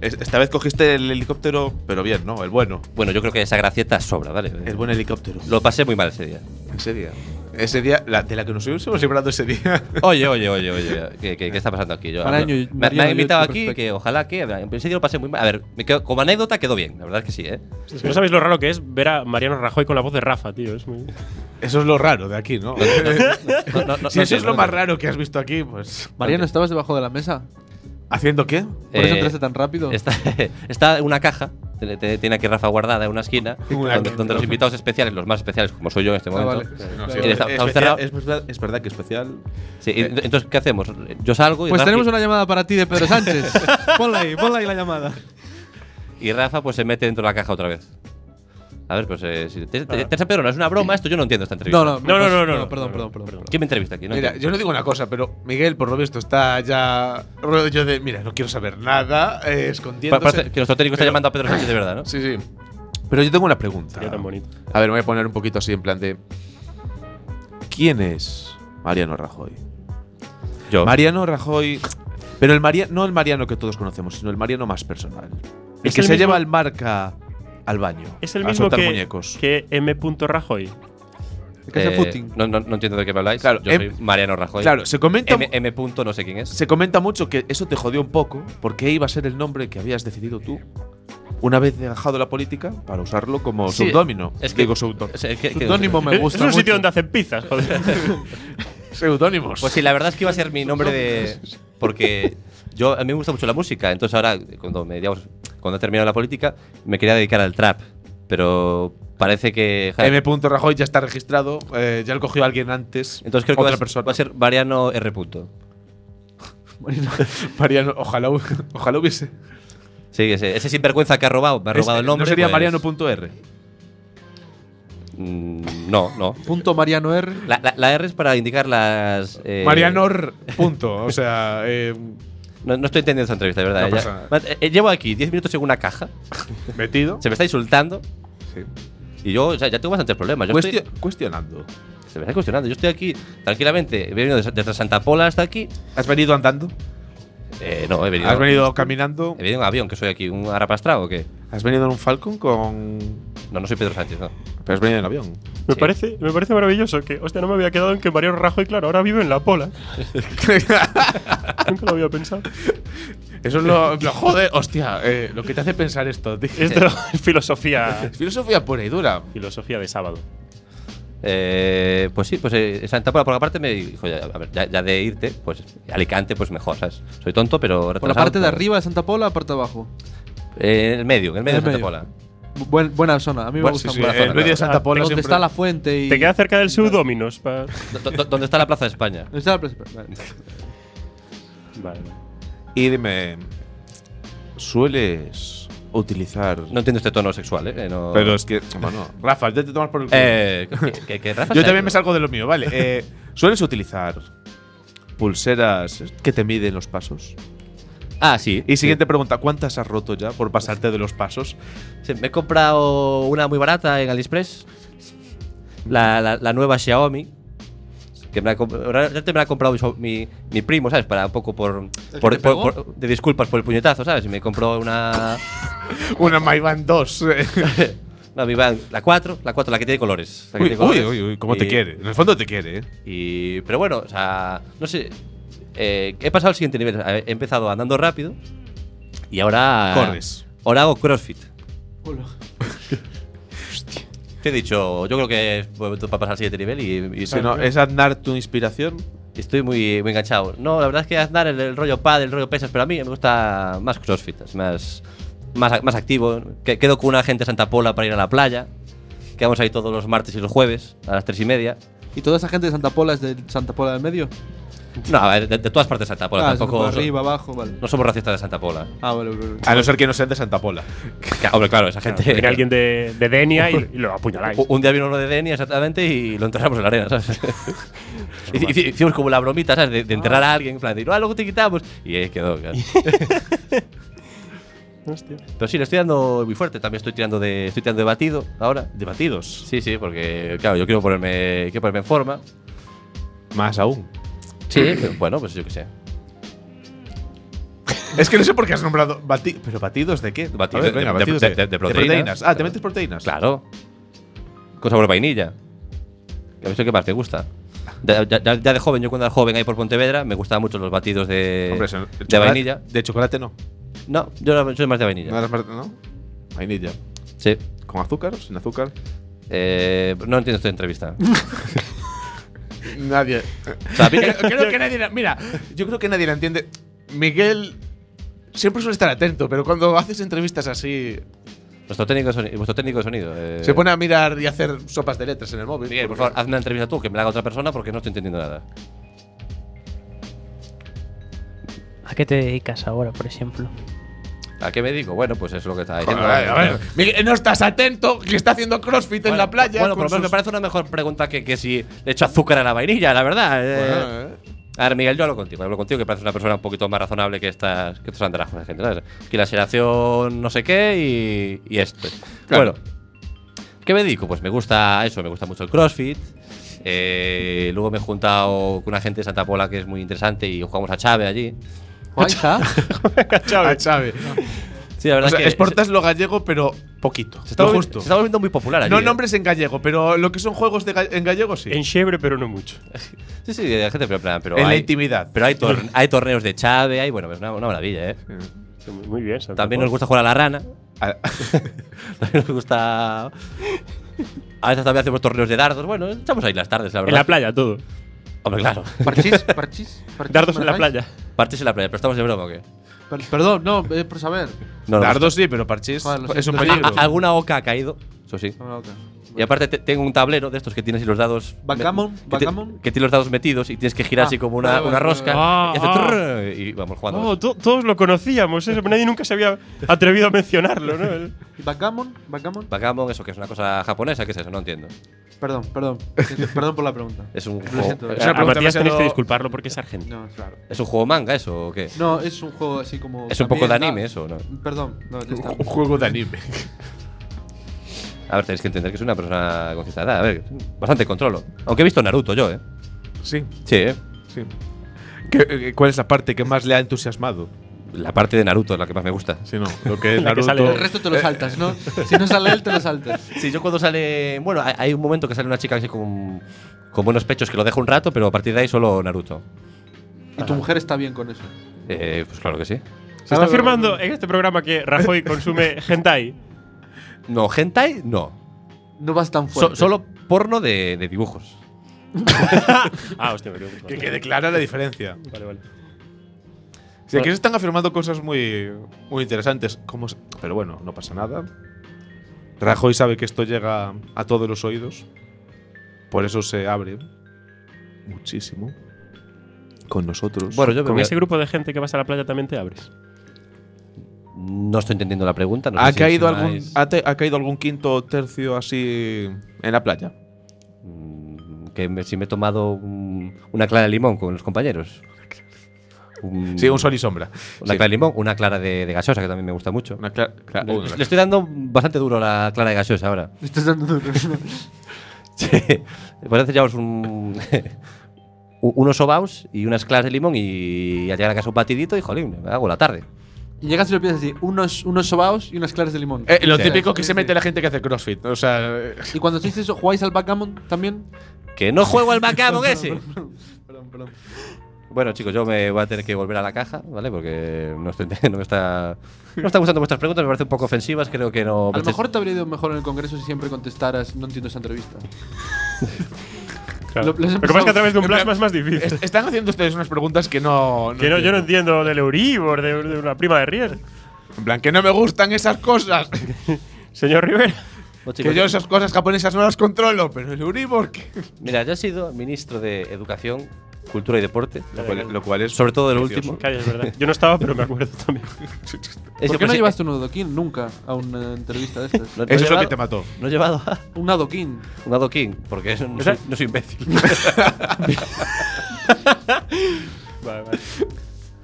Speaker 3: Es- Esta vez cogiste el helicóptero, pero bien, ¿no? El bueno.
Speaker 2: Bueno, yo creo que esa gracieta sobra, ¿vale?
Speaker 3: El buen helicóptero.
Speaker 2: Lo pasé muy mal ese día.
Speaker 3: Ese día. Ese día, la, de la que nos hemos librado ese día.
Speaker 2: Oye, oye, oye, oye. [laughs] ¿Qué, qué- qué está pasando aquí? Yo,
Speaker 5: Maraño,
Speaker 2: me- me,
Speaker 5: Mariano,
Speaker 2: han
Speaker 5: yo
Speaker 2: invitado
Speaker 5: te
Speaker 2: aquí,
Speaker 5: respeto.
Speaker 2: que ojalá que. En principio lo pasé muy mal. A ver, me quedo- como anécdota quedó bien, la verdad es que sí, ¿eh?
Speaker 4: Es que no sabéis lo raro que es ver a Mariano Rajoy con la voz de Rafa, tío. Es muy...
Speaker 3: [laughs] Eso es lo raro de aquí, [laughs] ¿no?
Speaker 2: No, no, no,
Speaker 3: si
Speaker 2: no
Speaker 3: eso
Speaker 2: sé,
Speaker 3: es
Speaker 2: no
Speaker 3: lo más
Speaker 2: sé.
Speaker 3: raro que has visto aquí, pues.
Speaker 5: Mariano, ¿estabas debajo de la mesa?
Speaker 3: ¿Haciendo qué?
Speaker 5: ¿Por eso
Speaker 2: Eh,
Speaker 5: entraste tan rápido?
Speaker 2: Está, [laughs] está una caja, tiene- tiene tiene aquí Rafa guardada en una esquina,
Speaker 3: Una
Speaker 2: donde,
Speaker 3: caja.
Speaker 2: donde los invitados especiales, los más especiales, como soy yo en este
Speaker 5: Ah,
Speaker 2: momento.
Speaker 5: vale.
Speaker 3: No,
Speaker 5: Claro.
Speaker 3: sí,
Speaker 2: Eh, está- está cerrado.
Speaker 3: es verdad, es verdad que especial.
Speaker 2: Sí, y- entonces, ¿qué hacemos? Yo salgo y
Speaker 5: Pues
Speaker 2: Rafa-
Speaker 5: tenemos una llamada para ti de Pedro Sánchez. ponla ahí, ponla ahí la llamada.
Speaker 2: Y Rafa pues se mete dentro de la caja otra vez. A ver, pues eh, si te, te- Teresa Pedro, no es una broma, esto yo no entiendo esta entrevista.
Speaker 5: No, pues, no,
Speaker 4: No, no, no, no, no,
Speaker 5: Perdón,
Speaker 4: no,
Speaker 5: perdón,
Speaker 4: no,
Speaker 5: perdón.
Speaker 4: perdón.
Speaker 2: ¿Quién me entrevista aquí? No
Speaker 3: mira,
Speaker 2: entiendo.
Speaker 3: yo no digo una cosa, pero Miguel, por lo visto, está ya rollo de. Mira, no quiero saber nada, eh,
Speaker 2: Pa-
Speaker 3: escondiéndose.
Speaker 2: parece que nuestro técnico está
Speaker 3: Pero-
Speaker 2: llamando a Pedro Sánchez de verdad, ¿no?
Speaker 3: Sí, sí. Pero yo tengo una pregunta.
Speaker 4: Sería tan bonito.
Speaker 3: A ver, me voy a poner un poquito así en plan de. ¿Quién es Mariano Rajoy?
Speaker 2: Yo.
Speaker 3: Mariano Rajoy. Pero el Mariano, no el Mariano que todos conocemos, sino el Mariano más personal. El
Speaker 4: Es
Speaker 3: que
Speaker 4: el
Speaker 3: se
Speaker 4: mismo-
Speaker 3: lleva el marca al baño.
Speaker 4: Es el
Speaker 3: a
Speaker 4: mismo
Speaker 3: soltar
Speaker 4: que,
Speaker 3: muñecos.
Speaker 4: que M. Rajoy.
Speaker 3: que hace
Speaker 2: Eh,
Speaker 3: footing.
Speaker 2: No, no- no entiendo de qué me habláis.
Speaker 3: Claro,
Speaker 2: Yo
Speaker 3: em-
Speaker 2: soy Mariano Rajoy.
Speaker 3: Claro, se comenta-
Speaker 2: M, M punto, no sé quién es.
Speaker 3: Se comenta mucho que eso te jodió un poco, porque iba a ser el nombre que habías decidido tú, una vez dejado la política, para usarlo como
Speaker 2: Sí,
Speaker 3: seudónimo.
Speaker 2: es que-
Speaker 3: Digo seudónimo.
Speaker 2: es que- que-
Speaker 3: Seudónimo me
Speaker 4: Es
Speaker 3: gusta.
Speaker 4: un sitio
Speaker 3: mucho.
Speaker 4: donde hacen pizzas, joder.
Speaker 2: [laughs]
Speaker 3: Seudónimos.
Speaker 2: Pues sí, la verdad es que iba a ser mi nombre de. Porque yo, a mí me gusta mucho la música, entonces ahora, cuando, me, digamos, cuando he terminado la política, me quería dedicar al trap. Pero parece que. ja,
Speaker 3: M. Rajoy ya está registrado, eh, ya lo cogió alguien antes.
Speaker 2: entonces creo que va
Speaker 3: otra
Speaker 2: a, ser,
Speaker 3: persona.
Speaker 2: va a ser Mariano R. Punto.
Speaker 3: [laughs] Mariano, ojalá, hu- [laughs] ojalá hubiese.
Speaker 2: Sí, ese, ese sinvergüenza que ha robado, me ha robado
Speaker 3: Este,
Speaker 2: el nombre.
Speaker 3: No sería
Speaker 2: pues,
Speaker 3: Mariano.r.
Speaker 2: mm, No, no.
Speaker 5: Punto Mariano R.
Speaker 2: La, la- la R es para indicar las. eh, [laughs]
Speaker 3: Marianor. Punto. O sea, eh,
Speaker 2: No, no estoy entendiendo esta entrevista, de verdad.
Speaker 3: No
Speaker 2: eh, ya-
Speaker 3: pasa nada.
Speaker 2: Mat- eh, eh, llevo aquí 10 minutos en una caja,
Speaker 3: metido.
Speaker 2: se me está insultando. Y yo o sea, ya tengo bastantes problemas. Yo
Speaker 3: Cuestio-
Speaker 2: estoy,
Speaker 3: Cuestionando.
Speaker 2: se me está cuestionando. Yo estoy aquí tranquilamente. He venido desde, desde Santa Pola hasta aquí.
Speaker 3: ¿Has venido andando?
Speaker 2: Eh, no, he venido.
Speaker 3: ¿Has venido caminando?
Speaker 2: He venido en avión, que soy aquí un arapastrado o qué.
Speaker 3: ¿Has venido en un Falcon con.?
Speaker 2: No, no soy Pedro Sánchez, no.
Speaker 3: Pero has venido en avión.
Speaker 4: Me,
Speaker 2: Sí.
Speaker 4: parece, me parece maravilloso que, hostia, no me había quedado en que Mariano Rajoy, claro, ahora vive en la [laughs] pola. Nunca lo había pensado.
Speaker 3: Eso es lo, lo jode. Hostia, eh, lo que te hace pensar esto, tío.
Speaker 4: Esto es [laughs] filosofía,
Speaker 3: Es filosofía pura y dura.
Speaker 4: filosofía de sábado.
Speaker 2: Eh, pues sí, pues eh, Santa Pola por la parte me dijo, ya, a ver, ya, ya de irte, pues Alicante, pues mejor, ¿sabes? Soy tonto, pero.
Speaker 5: Por la
Speaker 2: retrasado,
Speaker 5: parte de
Speaker 2: pero-
Speaker 5: arriba de Santa Pola, la parte de abajo.
Speaker 2: Eh, en el medio, en el medio
Speaker 5: En
Speaker 2: de
Speaker 5: el
Speaker 2: Santa
Speaker 5: medio.
Speaker 2: Pola.
Speaker 5: Bu- buen- buena zona. A mí me
Speaker 3: Bueno,
Speaker 5: gusta
Speaker 3: sí, sí,
Speaker 5: mucho.
Speaker 2: buena zona,
Speaker 3: el medio de
Speaker 2: claro.
Speaker 3: Santa Pola
Speaker 5: donde
Speaker 3: siempre.
Speaker 5: está la fuente y.
Speaker 4: Te queda cerca del pseudóminos. pa-
Speaker 2: Do- do- ¿Dónde está la Plaza de España?
Speaker 5: ¿Dónde está la plaza? Vale.
Speaker 4: Vale.
Speaker 3: Y dime. ¿Sueles utilizar.?
Speaker 2: No entiendo este tono sexual, ¿eh? No-
Speaker 3: Pero es que. Bueno, [laughs] Rafa, ya te tomas por el culo.
Speaker 2: Eh, [laughs] que- que- que Rafa
Speaker 3: [laughs] Yo
Speaker 2: sea-
Speaker 3: también me salgo de lo mío, vale. Eh, ¿Sueles utilizar pulseras que te miden los pasos?
Speaker 2: Ah, sí.
Speaker 3: Y siguiente pregunta, ¿cuántas has roto ya por pasarte de los pasos?
Speaker 2: Sí, me he comprado una muy barata en AliExpress. La, la- la nueva Xiaomi. Que me la, comp- realmente me la ha comprado mi, so- mi- mi primo, ¿sabes? Para un poco por, por-
Speaker 5: te pegó?
Speaker 2: por- por- de disculpas por el puñetazo, ¿sabes? Y me compró una. [laughs]
Speaker 3: Una Maivan 2. eh.
Speaker 2: no, mi van- la 4, la 4, la que tiene colores. la que
Speaker 3: uy,
Speaker 2: tiene colores.
Speaker 3: [laughs] uy, uy, uy, cómo te
Speaker 2: Y-
Speaker 3: quiere. En el fondo te quiere, eh.
Speaker 2: Y, pero bueno, o sea, no sé. eh, he pasado al siguiente nivel. Eh, He empezado andando rápido y ahora.
Speaker 3: Corres.
Speaker 2: Ahora hago crossfit. [laughs] Te he dicho, yo creo que es momento para pasar al siguiente nivel y, y
Speaker 3: Si no, ¿Es Aznar tu inspiración?
Speaker 2: estoy muy, muy enganchado. No, la verdad es que Aznar, el, el rollo pad, el rollo pesas, pero a mí me gusta más crossfit, es más, más, más activo. Que- Quedo con una gente de Santa Pola para ir a la playa. Quedamos ahí todos los martes y los jueves a las tres y media.
Speaker 5: ¿Y toda esa gente de Santa Pola es de Santa Pola del medio?
Speaker 2: No, a ver, de, de todas partes de Santa Pola,
Speaker 5: Ah, Santa
Speaker 2: tampoco.
Speaker 5: Pola arriba, abajo, vale.
Speaker 2: No somos racistas de Santa Pola.
Speaker 5: Ah, vale, vale, vale.
Speaker 3: A no ser que no sean de Santa Pola.
Speaker 2: Ca- Hombre, claro, esa gente.
Speaker 4: Viene alguien de, de Denia y, y [laughs] lo apuñaláis.
Speaker 2: U- [laughs] Un día vino uno de Denia, exactamente, y lo enterramos en la arena, [laughs] ¿sabes? Hici- hici- Hicimos como la bromita, ¿sabes? De, de enterrar a alguien, en plan, de, ah, luego te quitamos. Y ahí quedó, [laughs] claro.
Speaker 4: Hostia.
Speaker 2: Pero sí, le estoy dando muy fuerte, también estoy tirando de, estoy tirando de batido ahora.
Speaker 3: Debatidos.
Speaker 2: Sí, sí, porque, claro, yo quiero ponerme, quiero ponerme en forma.
Speaker 3: Más aún.
Speaker 2: Sí, pero [clears throat] bueno, pues yo qué sé.
Speaker 3: Es que no sé por qué has nombrado batidos. ¿Pero batidos de qué?
Speaker 2: Batidos
Speaker 3: A ver,
Speaker 2: de-
Speaker 3: venga,
Speaker 2: de-
Speaker 3: batidos
Speaker 2: de- de- de proteínas.
Speaker 3: Ah, ¿te metes proteínas?
Speaker 2: Claro. Con sabor a vainilla. Que a mí es lo que más te gusta. Ya, ya- ya- ya de joven, yo cuando era joven ahí por Pontevedra, me gustaban mucho los batidos de,
Speaker 3: Hombre, eso-
Speaker 2: de
Speaker 3: chocolate-
Speaker 2: vainilla.
Speaker 3: De chocolate no.
Speaker 2: No, yo era- soy más de
Speaker 3: No,
Speaker 2: vainilla.
Speaker 3: eres mar- ¿no? Vainilla.
Speaker 2: Sí.
Speaker 3: ¿Con azúcar? ¿Sin azúcar?
Speaker 2: Eh, no entiendo esta entrevista.
Speaker 3: Nadie.
Speaker 2: O sea, a mí-
Speaker 3: creo, creo que nadie. la- Mira, yo creo que nadie la entiende. Miguel siempre suele estar atento, pero cuando haces entrevistas así,
Speaker 2: Nuestro técnico de sonido. [laughs] Vuestro técnico de sonido eh,
Speaker 3: se pone a mirar y a hacer sopas de letras en el móvil.
Speaker 2: Miguel, por
Speaker 3: Porque-
Speaker 2: favor, hazme una entrevista tú, que me la haga otra persona porque no estoy entendiendo nada.
Speaker 6: [laughs] ¿A qué te dedicas ahora, por ejemplo?
Speaker 2: ¿A qué me digo? Bueno, pues es lo que está diciendo.
Speaker 3: Joder, a ver, Miguel, no estás atento, que está haciendo crossfit en
Speaker 2: Bueno,
Speaker 3: la playa.
Speaker 2: Bueno,
Speaker 3: con
Speaker 2: por lo menos me
Speaker 3: sus-
Speaker 2: parece una mejor pregunta que, que si le echo azúcar a la vainilla, la verdad. eh.
Speaker 3: Bueno, eh.
Speaker 2: A ver, Miguel, yo hablo contigo. Hablo contigo que pareces una persona un poquito más razonable que estas que estos andrajos de gente, ¿sabes? Que la aceleración no sé qué y, y esto.
Speaker 3: Claro.
Speaker 2: Bueno, ¿qué me dedico? Pues me gusta eso, me gusta mucho el crossfit. Eh, luego me he juntado con una gente de Santa Pola que es muy interesante y jugamos a Chave allí.
Speaker 5: Juanca,
Speaker 3: A Chávez.
Speaker 2: Sí, la verdad
Speaker 3: o sea,
Speaker 2: que
Speaker 3: exportas lo gallego, pero poquito.
Speaker 2: Se está,
Speaker 3: lo
Speaker 2: volvi-
Speaker 3: justo.
Speaker 2: se está volviendo muy popular aquí.
Speaker 3: no
Speaker 2: eh.
Speaker 3: nombres en gallego, pero lo que son juegos de ga- en gallego sí.
Speaker 4: En Chebre, pero no mucho.
Speaker 2: Sí, sí, hay gente, pero, pero
Speaker 3: En la
Speaker 2: hay-
Speaker 3: intimidad.
Speaker 2: Pero hay, tor- hay torneos de Chave, hay, bueno, es una, una maravilla, ¿eh?
Speaker 4: Muy bien, Santa
Speaker 2: También
Speaker 4: Claus.
Speaker 2: nos gusta jugar a la rana. [laughs] también nos gusta. A veces también hacemos torneos de dardos. Bueno, estamos ahí las tardes, la
Speaker 4: En
Speaker 2: verdad.
Speaker 4: la playa todo.
Speaker 2: Hombre, claro.
Speaker 5: Parchís, parchís, parchís.
Speaker 4: Dardos en la
Speaker 5: manejáis?
Speaker 4: playa.
Speaker 2: Parches en la playa, pero estamos de broma, ¿o qué?
Speaker 5: Per- perdón, no, es por saber.
Speaker 2: No, no.
Speaker 3: Dardos sí, pero parchís
Speaker 5: Joder, lo
Speaker 3: es un
Speaker 5: siento.
Speaker 3: peligro.
Speaker 2: A- alguna oca ha caído, eso sí.
Speaker 5: No, no, ok.
Speaker 2: Y aparte te- tengo un tablero de estos que tienes y los dados.
Speaker 5: Backgammon,
Speaker 2: que, te-
Speaker 5: backgammon.
Speaker 2: que tiene los dados metidos y tienes que girar
Speaker 5: Ah,
Speaker 2: así como una,
Speaker 5: vale, vale,
Speaker 2: una
Speaker 5: vale,
Speaker 2: rosca.
Speaker 4: vale.
Speaker 2: y hace
Speaker 4: Ah, ah.
Speaker 2: trrr, y vamos jugando.
Speaker 4: Oh, to- todos lo conocíamos, eso, pero nadie nunca se había atrevido a mencionarlo, ¿no? [laughs] El-
Speaker 5: ¿Y Backgammon? ¿Backgammon?
Speaker 2: Backgammon, eso que es una cosa japonesa, ¿qué es eso? No entiendo.
Speaker 5: Perdón, perdón. perdón por la pregunta.
Speaker 2: [laughs] Es un
Speaker 5: Lo
Speaker 2: juego.
Speaker 5: siento.
Speaker 3: Es una
Speaker 4: a
Speaker 3: pregunta
Speaker 4: Matías tenéis
Speaker 3: demasiado-
Speaker 4: que disculparlo porque es
Speaker 5: [laughs]
Speaker 4: argentino.
Speaker 5: No, claro.
Speaker 2: ¿Es un juego manga eso o qué?
Speaker 5: No, es un juego así como.
Speaker 2: Es un
Speaker 5: también
Speaker 2: poco de
Speaker 5: está-
Speaker 2: anime eso, ¿no?
Speaker 5: Perdón, no,
Speaker 2: [laughs]
Speaker 5: ya está.
Speaker 3: Un juego de anime.
Speaker 2: A ver, tenéis que entender que soy una persona con cierta edad. A ver, bastante controlo. Aunque he visto Naruto yo, ¿eh?
Speaker 3: sí,
Speaker 2: Sí, ¿eh?
Speaker 3: sí. ¿Qué- eh, ¿Cuál es la parte que más le ha entusiasmado?
Speaker 2: La parte de Naruto es la que más me gusta.
Speaker 3: Si no, lo
Speaker 2: [laughs]
Speaker 3: que es
Speaker 4: La
Speaker 3: Naruto.
Speaker 4: que sale-
Speaker 5: El resto te lo saltas, ¿no? Si no sale él, te lo saltas.
Speaker 2: Sí, yo cuando sale. Bueno, hay- hay un momento que sale una chica así con, con buenos pechos que lo deja un rato, pero a partir de ahí solo Naruto.
Speaker 5: Y tu mujer está bien con eso.
Speaker 2: Eh, pues claro que sí.
Speaker 4: Se está afirmando en este programa que Rajoy consume hentai.
Speaker 2: No, hentai, no.
Speaker 5: No vas tan
Speaker 2: So-
Speaker 5: fuerte.
Speaker 2: solo porno de, de dibujos.
Speaker 4: Ah, hostia, pero.
Speaker 3: Que quede clara la diferencia.
Speaker 4: Vale, vale.
Speaker 3: Si aquí se están afirmando cosas muy, muy interesantes. Como, s- pero bueno, no pasa nada. Rajoy sabe que esto llega a todos los oídos. Por eso se abre muchísimo con nosotros.
Speaker 2: Bueno, yo me
Speaker 4: Con
Speaker 2: voy a-
Speaker 4: ese grupo de gente que vas a la playa también te abres.
Speaker 2: No estoy entendiendo la pregunta. No
Speaker 3: ¿Ha,
Speaker 2: sé si
Speaker 3: caído
Speaker 2: es
Speaker 3: algún,
Speaker 2: más-
Speaker 3: ha, te- ha caído algún quinto tercio así en la playa?
Speaker 2: Mm, Que me- si me he tomado un- una clara de limón con los compañeros. Un-
Speaker 3: Sí, un sol y sombra.
Speaker 2: Una
Speaker 3: Sí.
Speaker 2: clara de limón, una clara de, de gaseosa, que también me gusta mucho.
Speaker 3: Una cla- cla-
Speaker 2: Le,
Speaker 3: una
Speaker 2: le estoy dando bastante duro a la clara de gaseosa ahora. [laughs]
Speaker 5: Me [laughs] Estás dando duro.
Speaker 2: Sí. Pues Parece llevamos un, [laughs] u- unos sobaos y unas claras de limón y, al llegar a casa un batidito y jolín, me hago la tarde.
Speaker 5: Y llegas y lo piensas así: unos, unos sobaos y unas claras de limón.
Speaker 3: Eh, lo
Speaker 2: Sí.
Speaker 3: típico que
Speaker 5: Sí,
Speaker 3: se
Speaker 5: sí.
Speaker 3: mete la gente que hace crossfit. O sea, eh,
Speaker 5: Y cuando hiciste eso, ¿jugáis al backgammon también?
Speaker 2: Que no juego al backgammon
Speaker 3: [laughs]
Speaker 2: ese.
Speaker 5: Perdón, perdón.
Speaker 2: Bueno, chicos, yo me voy a tener que volver a la caja, ¿vale? Porque no, estoy- [laughs] no me está no me están gustando vuestras preguntas, me parecen un poco ofensivas, creo que no.
Speaker 5: A lo mejor te habría ido mejor en el congreso si siempre contestaras: No entiendo esa entrevista.
Speaker 4: Claro.
Speaker 5: Lo- les
Speaker 4: Lo que pasa es que a través de un
Speaker 3: empezamos-
Speaker 4: plasma es más difícil.
Speaker 3: [laughs] est- están haciendo ustedes unas preguntas que no.
Speaker 4: Que no, yo no
Speaker 3: entiendo.
Speaker 4: entiendo del Euribor, de, de una prima de Riel.
Speaker 3: En plan, que no me gustan esas cosas.
Speaker 4: Señor Rivera.
Speaker 2: Oh, [laughs] chicos,
Speaker 3: que yo esas cosas japonesas no las controlo, pero el Euribor. que-
Speaker 2: Mira, yo he sido ministro de Educación, Cultura y Deporte.
Speaker 3: Lo cual, lo cual es.
Speaker 2: Sobre todo del
Speaker 3: precioso.
Speaker 2: último.
Speaker 4: Calla, es verdad. Yo no estaba, pero me acuerdo también.
Speaker 2: Ese,
Speaker 5: ¿Por qué
Speaker 2: pues,
Speaker 5: no
Speaker 2: sí,
Speaker 5: llevaste un adoquín nunca a una
Speaker 2: [laughs]
Speaker 5: entrevista de estas?
Speaker 2: no- no he
Speaker 3: Eso es lo que
Speaker 2: llevado-
Speaker 3: te mató.
Speaker 2: No he llevado a [laughs]
Speaker 5: Un adoquín.
Speaker 2: un adoquín, porque no soy, no soy imbécil.
Speaker 4: [laughs] Vale, vale.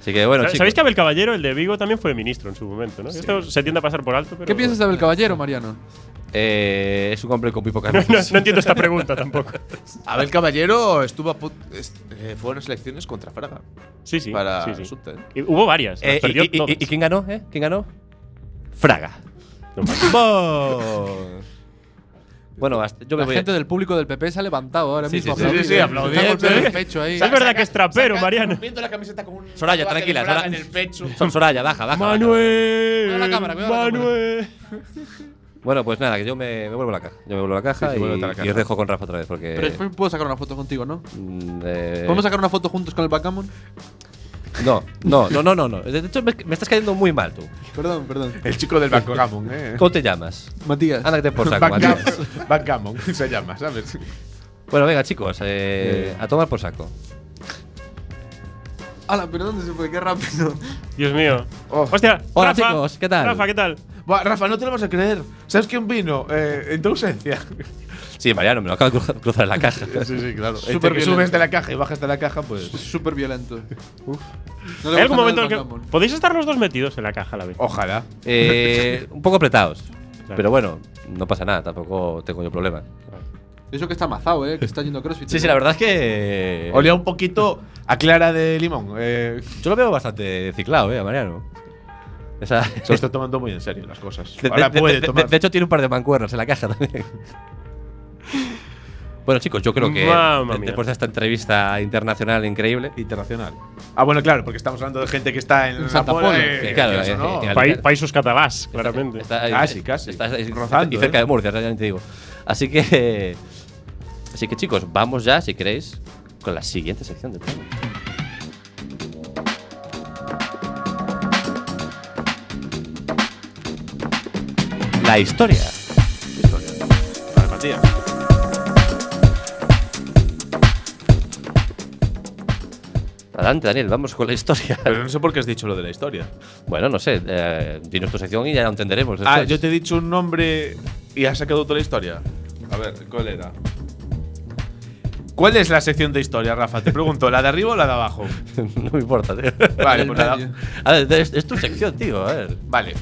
Speaker 2: Así que bueno, chicos.
Speaker 4: Sabéis que Abel Caballero, el de Vigo, también fue ministro en su momento, ¿no? Esto se tiende a pasar por alto, pero.
Speaker 5: ¿Qué piensas de Abel Caballero, Mariano?
Speaker 2: Eh, es un hombre con muy pocas
Speaker 4: No, [laughs] no-
Speaker 2: luces.
Speaker 4: no entiendo esta pregunta
Speaker 2: [laughs]
Speaker 4: tampoco.
Speaker 3: Abel Caballero estuvo a pun- est- eh, fue a unas elecciones contra Fraga.
Speaker 4: Sí, sí.
Speaker 3: para
Speaker 4: sí, sí.
Speaker 3: Subte.
Speaker 4: Y hubo varias. las
Speaker 2: Eh, y,
Speaker 4: perdió
Speaker 2: y- y-
Speaker 4: todas.
Speaker 2: y quién ganó? eh? ¿Quién ganó? Fraga. [laughs] ¡Bo! bueno, hasta- yo me
Speaker 5: La
Speaker 2: voy.
Speaker 5: gente
Speaker 2: a-
Speaker 5: del público del PP se ha levantado ahora
Speaker 2: Sí,
Speaker 5: mismo.
Speaker 2: sí, sí,
Speaker 5: aplaudir,
Speaker 3: sí,
Speaker 5: ¿eh?
Speaker 3: aplaudiendo.
Speaker 5: Está golpeando el pecho ahí.
Speaker 4: Es verdad que es trapero, Mariano.
Speaker 3: Viendo la camiseta con un.
Speaker 2: Soraya,
Speaker 3: tatuaje de
Speaker 2: tranquila,
Speaker 3: Fraga
Speaker 2: Soraya.
Speaker 3: en el pecho.
Speaker 2: Son Soraya, baja, baja. baja.
Speaker 4: Manuel.
Speaker 5: Cuidado la cámara, cuidado la cámara.
Speaker 4: Manuel.
Speaker 2: Bueno, pues nada, que yo me, me vuelvo a la caja. Yo me vuelvo a la caja,
Speaker 3: Sí, sí,
Speaker 2: y,
Speaker 3: vuélvete a la caja.
Speaker 2: y os dejo con Rafa otra vez, porque.
Speaker 5: Pero después puedo sacar una foto contigo, ¿no?
Speaker 2: mm, eh,
Speaker 5: ¿Podemos sacar una foto juntos con el backgammon?
Speaker 2: no, no, no, no, no, no. De hecho, me, me estás cayendo muy mal tú.
Speaker 5: Perdón, perdón.
Speaker 3: El chico del Backgammon, eh.
Speaker 2: ¿Cómo te llamas?
Speaker 5: Matías.
Speaker 2: Anda que te por [laughs] saco, Matías.
Speaker 3: Backgammon, Backgammon se llama, ¿sabes?
Speaker 2: Bueno, venga, chicos, eh, a tomar por saco.
Speaker 5: Ala, pero ¿dónde se fue? Qué rápido.
Speaker 4: Dios mío.
Speaker 3: Oh.
Speaker 4: Hostia.
Speaker 2: Hola,
Speaker 4: Rafa.
Speaker 2: chicos, ¿qué tal?
Speaker 4: Rafa, ¿qué tal?
Speaker 3: Buah, Rafa, no te lo vas a creer. ¿Sabes quién vino? Eh, en tu ausencia.
Speaker 2: Sí, Mariano, me lo acabo de cruza- cruzar en la [laughs] caja.
Speaker 3: sí, sí, claro. Este Entre
Speaker 5: Súper
Speaker 3: que
Speaker 5: violento.
Speaker 3: subes de la caja y bajas de la caja, pues.
Speaker 5: Súper violento. Uf. No le
Speaker 4: ¿Hay algún
Speaker 5: gusta nada
Speaker 4: momento
Speaker 5: el
Speaker 4: en que
Speaker 5: backgammon.
Speaker 4: podéis estar los dos metidos en la caja a la vez?
Speaker 5: Oh,
Speaker 3: Ojalá.
Speaker 2: Eh, un poco apretados. Pero bueno, no pasa nada, tampoco tengo yo problema.
Speaker 5: Eso que está amazado, ¿eh? Que está yendo a crossfit.
Speaker 2: Sí, sí, la verdad es que.
Speaker 3: Olía un poquito a clara de limón. eh.
Speaker 2: [laughs] Yo lo veo bastante ciclado, eh, a Mariano. Esa-
Speaker 3: Se lo está tomando muy en serio las cosas.
Speaker 2: De,
Speaker 3: Ahora
Speaker 2: de-
Speaker 3: puede
Speaker 2: de- de-
Speaker 3: tomar.
Speaker 2: de hecho, tiene un par de mancuernas en la caja [laughs] también. bueno, chicos, yo creo que
Speaker 4: Mamma
Speaker 2: de-
Speaker 4: mia.
Speaker 2: después de esta entrevista internacional increíble.
Speaker 3: internacional. Ah, bueno, claro, porque estamos hablando de gente que está en,
Speaker 5: En
Speaker 3: la
Speaker 5: Santa
Speaker 3: bola
Speaker 5: Pola.
Speaker 3: de-
Speaker 2: Claro,
Speaker 3: de eso,
Speaker 2: eh,
Speaker 3: ¿no?
Speaker 2: eh, eh,
Speaker 4: Pai- países catalás, claramente. [laughs]
Speaker 2: Está,
Speaker 3: Casi, casi.
Speaker 2: está- está- está-
Speaker 3: Rozando,
Speaker 2: y cerca
Speaker 3: ¿eh?
Speaker 2: de Murcia, realmente digo. Así que. Así que, chicos, vamos ya, si queréis, con la siguiente sección del programa. La historia.
Speaker 3: Vale, Matías.
Speaker 2: Adelante, Daniel, vamos con la historia.
Speaker 3: Pero no sé por qué has dicho lo de la historia.
Speaker 2: Bueno, no sé, eh, dinos tu sección y ya lo entenderemos.
Speaker 3: Ah,
Speaker 2: después.
Speaker 3: yo te he dicho un nombre y has sacado toda la historia. A ver, ¿cuál era? ¿Cuál es la sección de historia, Rafa? Te pregunto, ¿la de arriba o la de
Speaker 2: [laughs]
Speaker 3: abajo?
Speaker 2: no me importa, tío.
Speaker 3: Vale, pues la de
Speaker 5: medio.
Speaker 3: abajo.
Speaker 2: A ver, es, es tu sección, tío. A ver.
Speaker 3: Vale.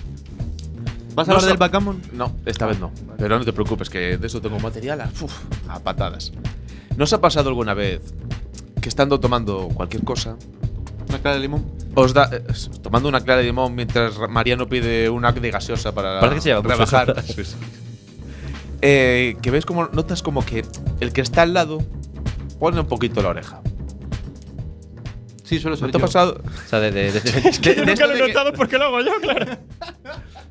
Speaker 5: ¿Vas a
Speaker 3: No
Speaker 5: hablar
Speaker 3: so-
Speaker 5: del backgammon?
Speaker 3: No, esta vez no. Pero no te preocupes, que de eso tengo material a, uf, a patadas. ¿No os ha pasado alguna vez que estando tomando cualquier cosa,
Speaker 5: Una clara de limón.
Speaker 3: os da. eh, tomando una clara de limón mientras Ra- Mariano pide una de gaseosa para
Speaker 2: Parece que se llama mucho
Speaker 3: rebajar?
Speaker 2: eso.
Speaker 3: Sí, sí. Eh, que ves como. Notas como que el que está al lado pone un poquito la oreja.
Speaker 5: Sí, suelo ser
Speaker 3: ¿No te ha
Speaker 5: yo.
Speaker 3: pasado?
Speaker 2: O sea, de. de,
Speaker 3: [laughs]
Speaker 2: de- de-
Speaker 3: De- de
Speaker 4: Nunca
Speaker 3: esto
Speaker 4: lo
Speaker 3: de
Speaker 4: he
Speaker 3: que-
Speaker 4: notado porque lo hago yo, claro.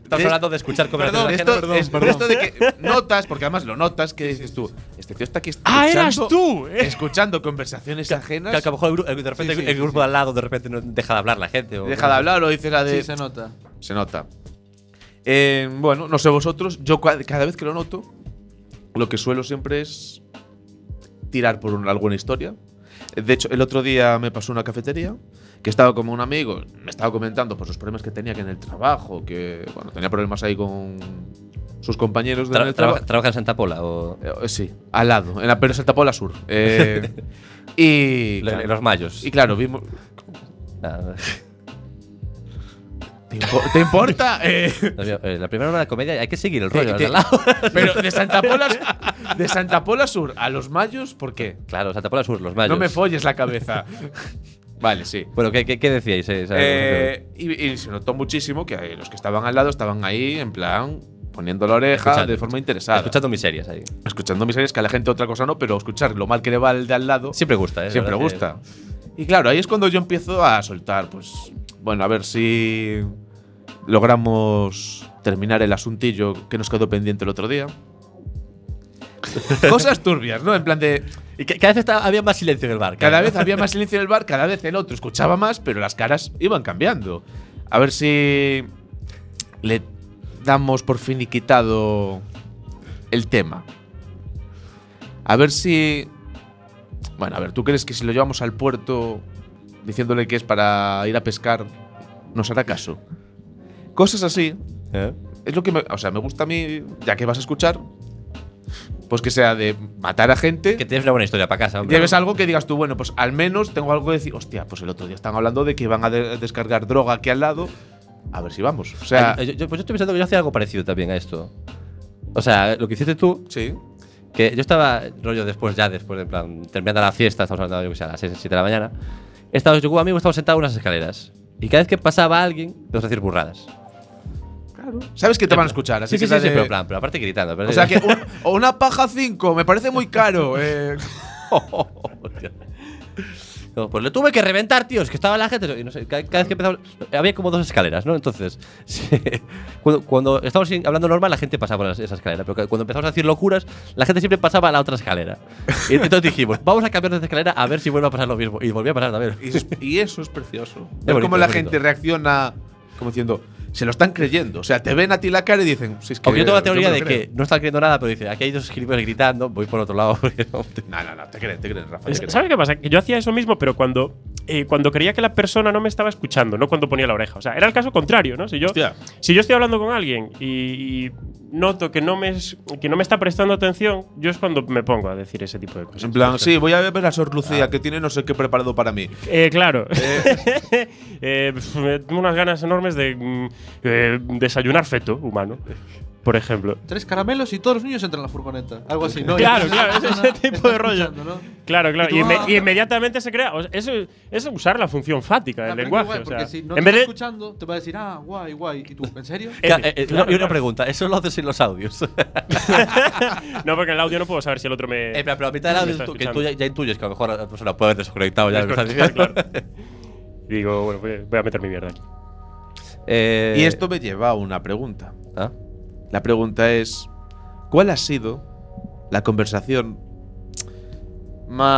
Speaker 2: Estamos
Speaker 3: de-
Speaker 2: hablando de escuchar
Speaker 3: Perdón,
Speaker 2: conversaciones.
Speaker 3: esto,
Speaker 2: ajenas.
Speaker 3: es- pero esto de que notas, porque además lo notas, que dices tú, este tío está aquí escuchando,
Speaker 4: Ah, eras tú, eh.
Speaker 3: escuchando conversaciones
Speaker 2: Que a
Speaker 3: ajenas,
Speaker 2: lo mejor el gru- el- de repente
Speaker 5: Sí, sí,
Speaker 2: el
Speaker 5: sí,
Speaker 2: grupo
Speaker 5: sí.
Speaker 2: al lado de repente no deja de hablar la gente. o-
Speaker 3: deja de hablar o dices la de…
Speaker 5: Sí, se nota.
Speaker 3: Se nota. Eh, bueno, no sé vosotros, yo cua- cada vez que lo noto, lo que suelo siempre es tirar por un- alguna historia. De hecho, el otro día me pasó una cafetería que estaba como un amigo, me estaba comentando pues, los problemas que tenía que en el trabajo, que bueno, tenía problemas ahí con sus compañeros de
Speaker 2: Tra-
Speaker 3: en el
Speaker 2: traba-
Speaker 3: trabajo.
Speaker 2: trabaja en Santa Pola o.
Speaker 3: Eh, sí, al lado, en la pero Santa Pola Sur. Eh,
Speaker 2: [laughs]
Speaker 3: y,
Speaker 2: en- en
Speaker 3: claro,
Speaker 2: los mayos.
Speaker 3: y claro, vimos.
Speaker 2: Nada.
Speaker 3: ¿Te, impo- te importa? Eh,
Speaker 2: Dios mío, eh, la primera hora de comedia hay que seguir el
Speaker 3: te-
Speaker 2: rollo. al
Speaker 3: te-
Speaker 2: de al lado.
Speaker 3: pero de Santa, Pola, de Santa Pola Sur a los mayos, ¿por qué?
Speaker 2: [laughs] Claro, Santa Pola Sur, los mayos.
Speaker 3: No me folles la cabeza. Vale, sí.
Speaker 2: Bueno, ¿qué, qué, qué decíais? eh, esa
Speaker 3: Eh, y, y se notó muchísimo que eh, los que estaban al lado estaban ahí, en plan, poniendo la oreja
Speaker 2: Escuchando.
Speaker 3: de forma
Speaker 2: conversación?
Speaker 3: interesada.
Speaker 2: Escuchando miserias ahí.
Speaker 3: escuchando mis series, que a la gente otra cosa no, pero escuchar lo mal que le va al de al lado.
Speaker 2: Siempre gusta, ¿eh? la
Speaker 3: Siempre
Speaker 2: verdad que-
Speaker 3: gusta. Y claro, ahí es cuando yo empiezo a soltar, pues, bueno, a ver si logramos terminar el asuntillo que nos quedó pendiente el otro [laughs] día. Cosas turbias, ¿no? En plan de,
Speaker 2: Y ca- cada vez estaba- había más silencio en el bar.
Speaker 3: cada
Speaker 2: claro.
Speaker 3: vez había más silencio en el bar, cada vez el otro escuchaba más, pero las caras iban cambiando. A ver si le damos por fin quitado el tema. A ver si... Bueno, a ver, ¿tú crees que si lo llevamos al puerto diciéndole que es para ir a pescar, nos hará caso? Cosas así.
Speaker 2: ¿Eh?
Speaker 3: Es lo que me... O sea, me gusta a mí, ya que vas a escuchar, pues que sea de matar a gente.
Speaker 2: Que tienes una buena historia para casa, hombre.
Speaker 3: Lleves algo que digas tú, bueno, pues al menos tengo algo que decir. Hostia, pues el otro día están hablando de que van a de- descargar droga aquí al lado. A ver si vamos. O sea,
Speaker 2: Ay, yo- yo- pues yo estoy pensando que yo hacía algo parecido también a esto. O sea, lo que hiciste tú,
Speaker 3: sí.
Speaker 2: que yo estaba rollo después, ya después, de plan, terminando la fiesta, estamos hablando, yo que sé, a las 6, 7 de la mañana. Estaba yo con un amigo, estábamos sentados en unas escaleras. Y cada vez que pasaba alguien, nos decir burradas.
Speaker 3: Sabes que te van a escuchar, así
Speaker 2: Sí, sí, sí,
Speaker 3: que
Speaker 2: sí,
Speaker 3: dale-
Speaker 2: pero, en plan, eh. pero aparte gritando. pero-
Speaker 3: O sea, que
Speaker 2: [laughs]
Speaker 3: un- o una paja 5, me parece muy caro. eh.
Speaker 2: "Oh, No, pues lo tuve que reventar, tío. Es que estaba la gente. y no sé, cada, cada vez que empezaba. Había como dos escaleras, ¿no? Entonces, [laughs] sí, cuando, cuando estábamos sin- hablando normal, la gente pasaba por esa escalera. Pero cuando empezamos a decir locuras, la gente siempre pasaba a la otra escalera. Y entonces dijimos, vamos a cambiar de escalera a ver si vuelve a pasar lo mismo. Y volvió a pasar también.
Speaker 3: Y, es- y eso es precioso.
Speaker 2: Es
Speaker 3: Ver
Speaker 2: bonito,
Speaker 3: cómo la
Speaker 2: es bonito.
Speaker 3: gente reacciona como diciendo, se lo están creyendo. O sea, te ven a ti la cara y dicen, sí, es que.
Speaker 2: Aunque yo tengo la teoría
Speaker 3: me
Speaker 2: de
Speaker 3: lo
Speaker 2: que
Speaker 3: creo".
Speaker 2: no están creyendo nada, pero dice, aquí hay dos gilipollas gritando, voy por otro lado. [laughs] porque no Oh, te-
Speaker 3: No, no, no, te creen, te creen, Rafa. te
Speaker 4: Es-
Speaker 3: creen.
Speaker 4: ¿Sabes qué pasa? Que yo hacía eso mismo, pero cuando, eh, cuando creía que la persona no me estaba escuchando, no cuando ponía la oreja. O sea, era el caso contrario, ¿no? Si yo,
Speaker 3: Hostia.
Speaker 4: si yo estoy hablando con alguien y, y noto que no, me es- que no me está prestando atención, yo es cuando me pongo a decir ese tipo de cosas.
Speaker 3: En plan, sí, voy a ver a Sor
Speaker 2: Ah.
Speaker 3: Lucía, que tiene no sé qué preparado para mí.
Speaker 4: Eh, claro. [laughs] Eh, pf, eh, tengo unas ganas enormes de mm, eh, desayunar feto humano. por ejemplo.
Speaker 5: Tres caramelos y todos los niños entran en la furgoneta. Algo así, ¿no?
Speaker 4: Claro,
Speaker 5: [laughs] Y-
Speaker 4: claro, es ese
Speaker 5: Estás
Speaker 4: tipo de rollo.
Speaker 5: escuchando, ¿no?
Speaker 4: Claro, claro.
Speaker 5: Y tú,
Speaker 4: Y, inme-
Speaker 5: ah.
Speaker 4: y inmediatamente se crea. o sea, eso es usar la función fática del
Speaker 5: Aprende
Speaker 4: lenguaje.
Speaker 5: guay,
Speaker 4: o
Speaker 5: porque
Speaker 4: sea,
Speaker 5: si no te
Speaker 4: en vez
Speaker 5: está
Speaker 4: de-
Speaker 5: escuchando, te va a decir, ah, guay, guay. ¿Y tú,
Speaker 2: [laughs]
Speaker 5: en serio?
Speaker 4: Eh,
Speaker 2: Ca- eh, eh,
Speaker 4: claro,
Speaker 2: y una
Speaker 4: claro.
Speaker 2: pregunta, ¿eso lo haces [laughs] en los audios?
Speaker 4: [laughs] no, porque en el audio no puedo saber si el otro me.
Speaker 2: Eh, pero, pero a mitad del [laughs] audio
Speaker 4: Me está
Speaker 2: tú, que
Speaker 4: escuchando.
Speaker 2: tú ya, ya intuyes que a lo mejor la persona puede haber desconectado ya. lo que estás
Speaker 4: Claro.
Speaker 2: diciendo.
Speaker 4: Digo, bueno, voy a- voy a meter mi mierda aquí.
Speaker 2: [laughs] Eh,
Speaker 3: Y esto me lleva a una pregunta.
Speaker 2: ah, [laughs]
Speaker 3: La pregunta es, ¿cuál ha sido la conversación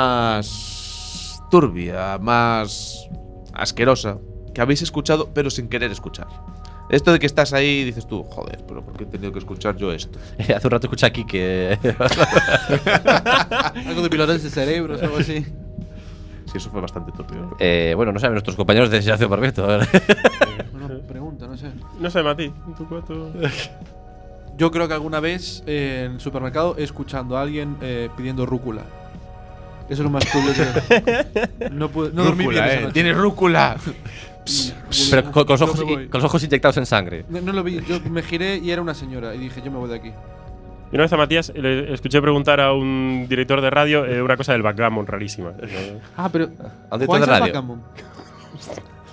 Speaker 3: más turbia, más asquerosa que habéis escuchado pero sin querer escuchar? Esto de que estás ahí y dices tú, joder, pero ¿por qué he tenido que escuchar yo esto?
Speaker 2: Hace un rato escuché aquí que. [laughs]
Speaker 5: Algo de pilotes de cerebros, algo
Speaker 2: [laughs]
Speaker 5: así.
Speaker 3: Sí, eso fue bastante turbio.
Speaker 2: Eh, bueno, no saben nuestros compañeros de Sergio Perfecto. a ver.
Speaker 5: Una pregunta, no sé.
Speaker 4: No sé, Mati. ¿tú cuánto?
Speaker 5: Yo creo que alguna vez eh, en el supermercado escuchando a alguien eh, pidiendo rúcula. Eso es lo más turbio que.
Speaker 2: [laughs]
Speaker 5: No, pude, no dormí bien. esa noche.
Speaker 3: ¿eh? ¡Tienes rúcula!
Speaker 2: eh, Pero con, con los
Speaker 5: Yo
Speaker 2: ojos,
Speaker 5: me
Speaker 2: y-
Speaker 5: voy.
Speaker 2: [laughs] con los ojos inyectados en sangre.
Speaker 5: No, no lo vi, yo me giré y era una señora y dije, yo me voy de aquí.
Speaker 4: Y una vez a Matías le escuché preguntar a un director de radio eh, una cosa del backgammon rarísima. Eh,
Speaker 5: Ah, pero.
Speaker 2: ¿A dónde
Speaker 5: ¿Jugáis
Speaker 2: está la
Speaker 5: al
Speaker 2: radio?
Speaker 5: backgammon?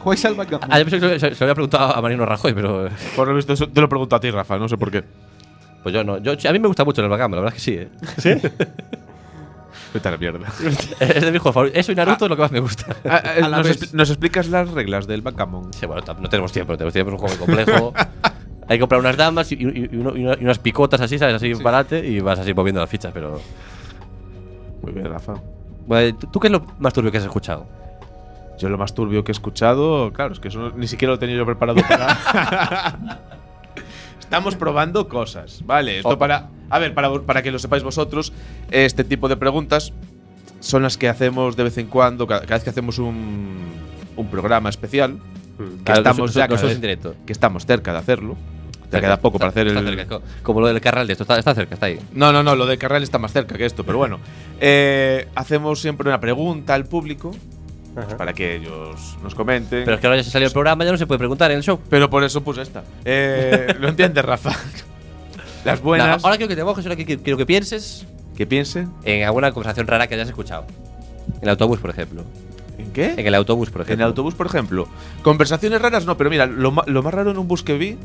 Speaker 5: ¿Jugáis al backgammon?
Speaker 2: Ah, yo pensé que se, se lo había preguntado a Marino Rajoy, pero. eh,
Speaker 3: Por lo visto, eso te lo pregunto a ti, Rafa, no sé por qué.
Speaker 2: Pues yo no. Yo, a mí me gusta mucho el Bagam, la verdad es que sí. eh. [laughs]
Speaker 3: Vete a la mierda.
Speaker 2: es de mi juego favorito. Eso y Naruto es lo que más me gusta.
Speaker 3: Ah, eh,
Speaker 5: [laughs] A la
Speaker 3: ¿nos,
Speaker 5: vez.
Speaker 3: expli- nos explicas las reglas del backgammon?
Speaker 2: Sí, bueno, tam- no tenemos tiempo, no tenemos tiempo, es un juego muy
Speaker 3: [laughs]
Speaker 2: complejo. Hay que comprar unas damas y, y- y uno- y una- y unas picotas así, ¿sabes? Así, parate y vas así moviendo las fichas, pero.
Speaker 3: Muy bien, Rafa.
Speaker 2: Bueno, ¿tú- ¿Tú qué es lo más turbio que has escuchado?
Speaker 3: Yo lo más turbio que he escuchado, claro, es que eso no- ni siquiera lo tenía yo preparado para.
Speaker 2: [laughs]
Speaker 3: Estamos probando cosas, vale. Esto
Speaker 2: Ojo.
Speaker 3: para, a ver, para, para que lo sepáis vosotros, este tipo de preguntas son las que hacemos de vez en cuando, ca- cada vez que hacemos un, un programa especial, que
Speaker 2: Claro,
Speaker 3: estamos
Speaker 2: nosotros-
Speaker 3: ya cada
Speaker 2: nosotros
Speaker 3: vez-
Speaker 2: en directo.
Speaker 3: que estamos cerca de hacerlo. Te queda poco
Speaker 2: Está-
Speaker 3: para hacer
Speaker 2: está
Speaker 3: el.
Speaker 2: cerca, co- como lo del Carral de esto, está, está cerca, está ahí.
Speaker 3: No, no, no, lo de Carral está más cerca que esto, pero bueno. Eh, hacemos siempre una pregunta al público pues, para que ellos nos comenten.
Speaker 2: Pero es que ahora ya se salió el programa, ya no se puede preguntar en el show.
Speaker 3: Pero por eso puse esta. Eh, lo entiendes, Rafa. Las
Speaker 2: Nada,
Speaker 3: buenas.
Speaker 2: ahora quiero que te mojes, ahora que- que- quiero que pienses
Speaker 3: que piense.
Speaker 2: en alguna conversación rara que hayas escuchado. En el autobús, por ejemplo.
Speaker 3: ¿En qué?
Speaker 2: En el autobús, por
Speaker 3: En el
Speaker 2: ejemplo.
Speaker 3: autobús, por ejemplo. Conversaciones raras, no, pero mira, lo, ma- lo más raro en un bus que vi.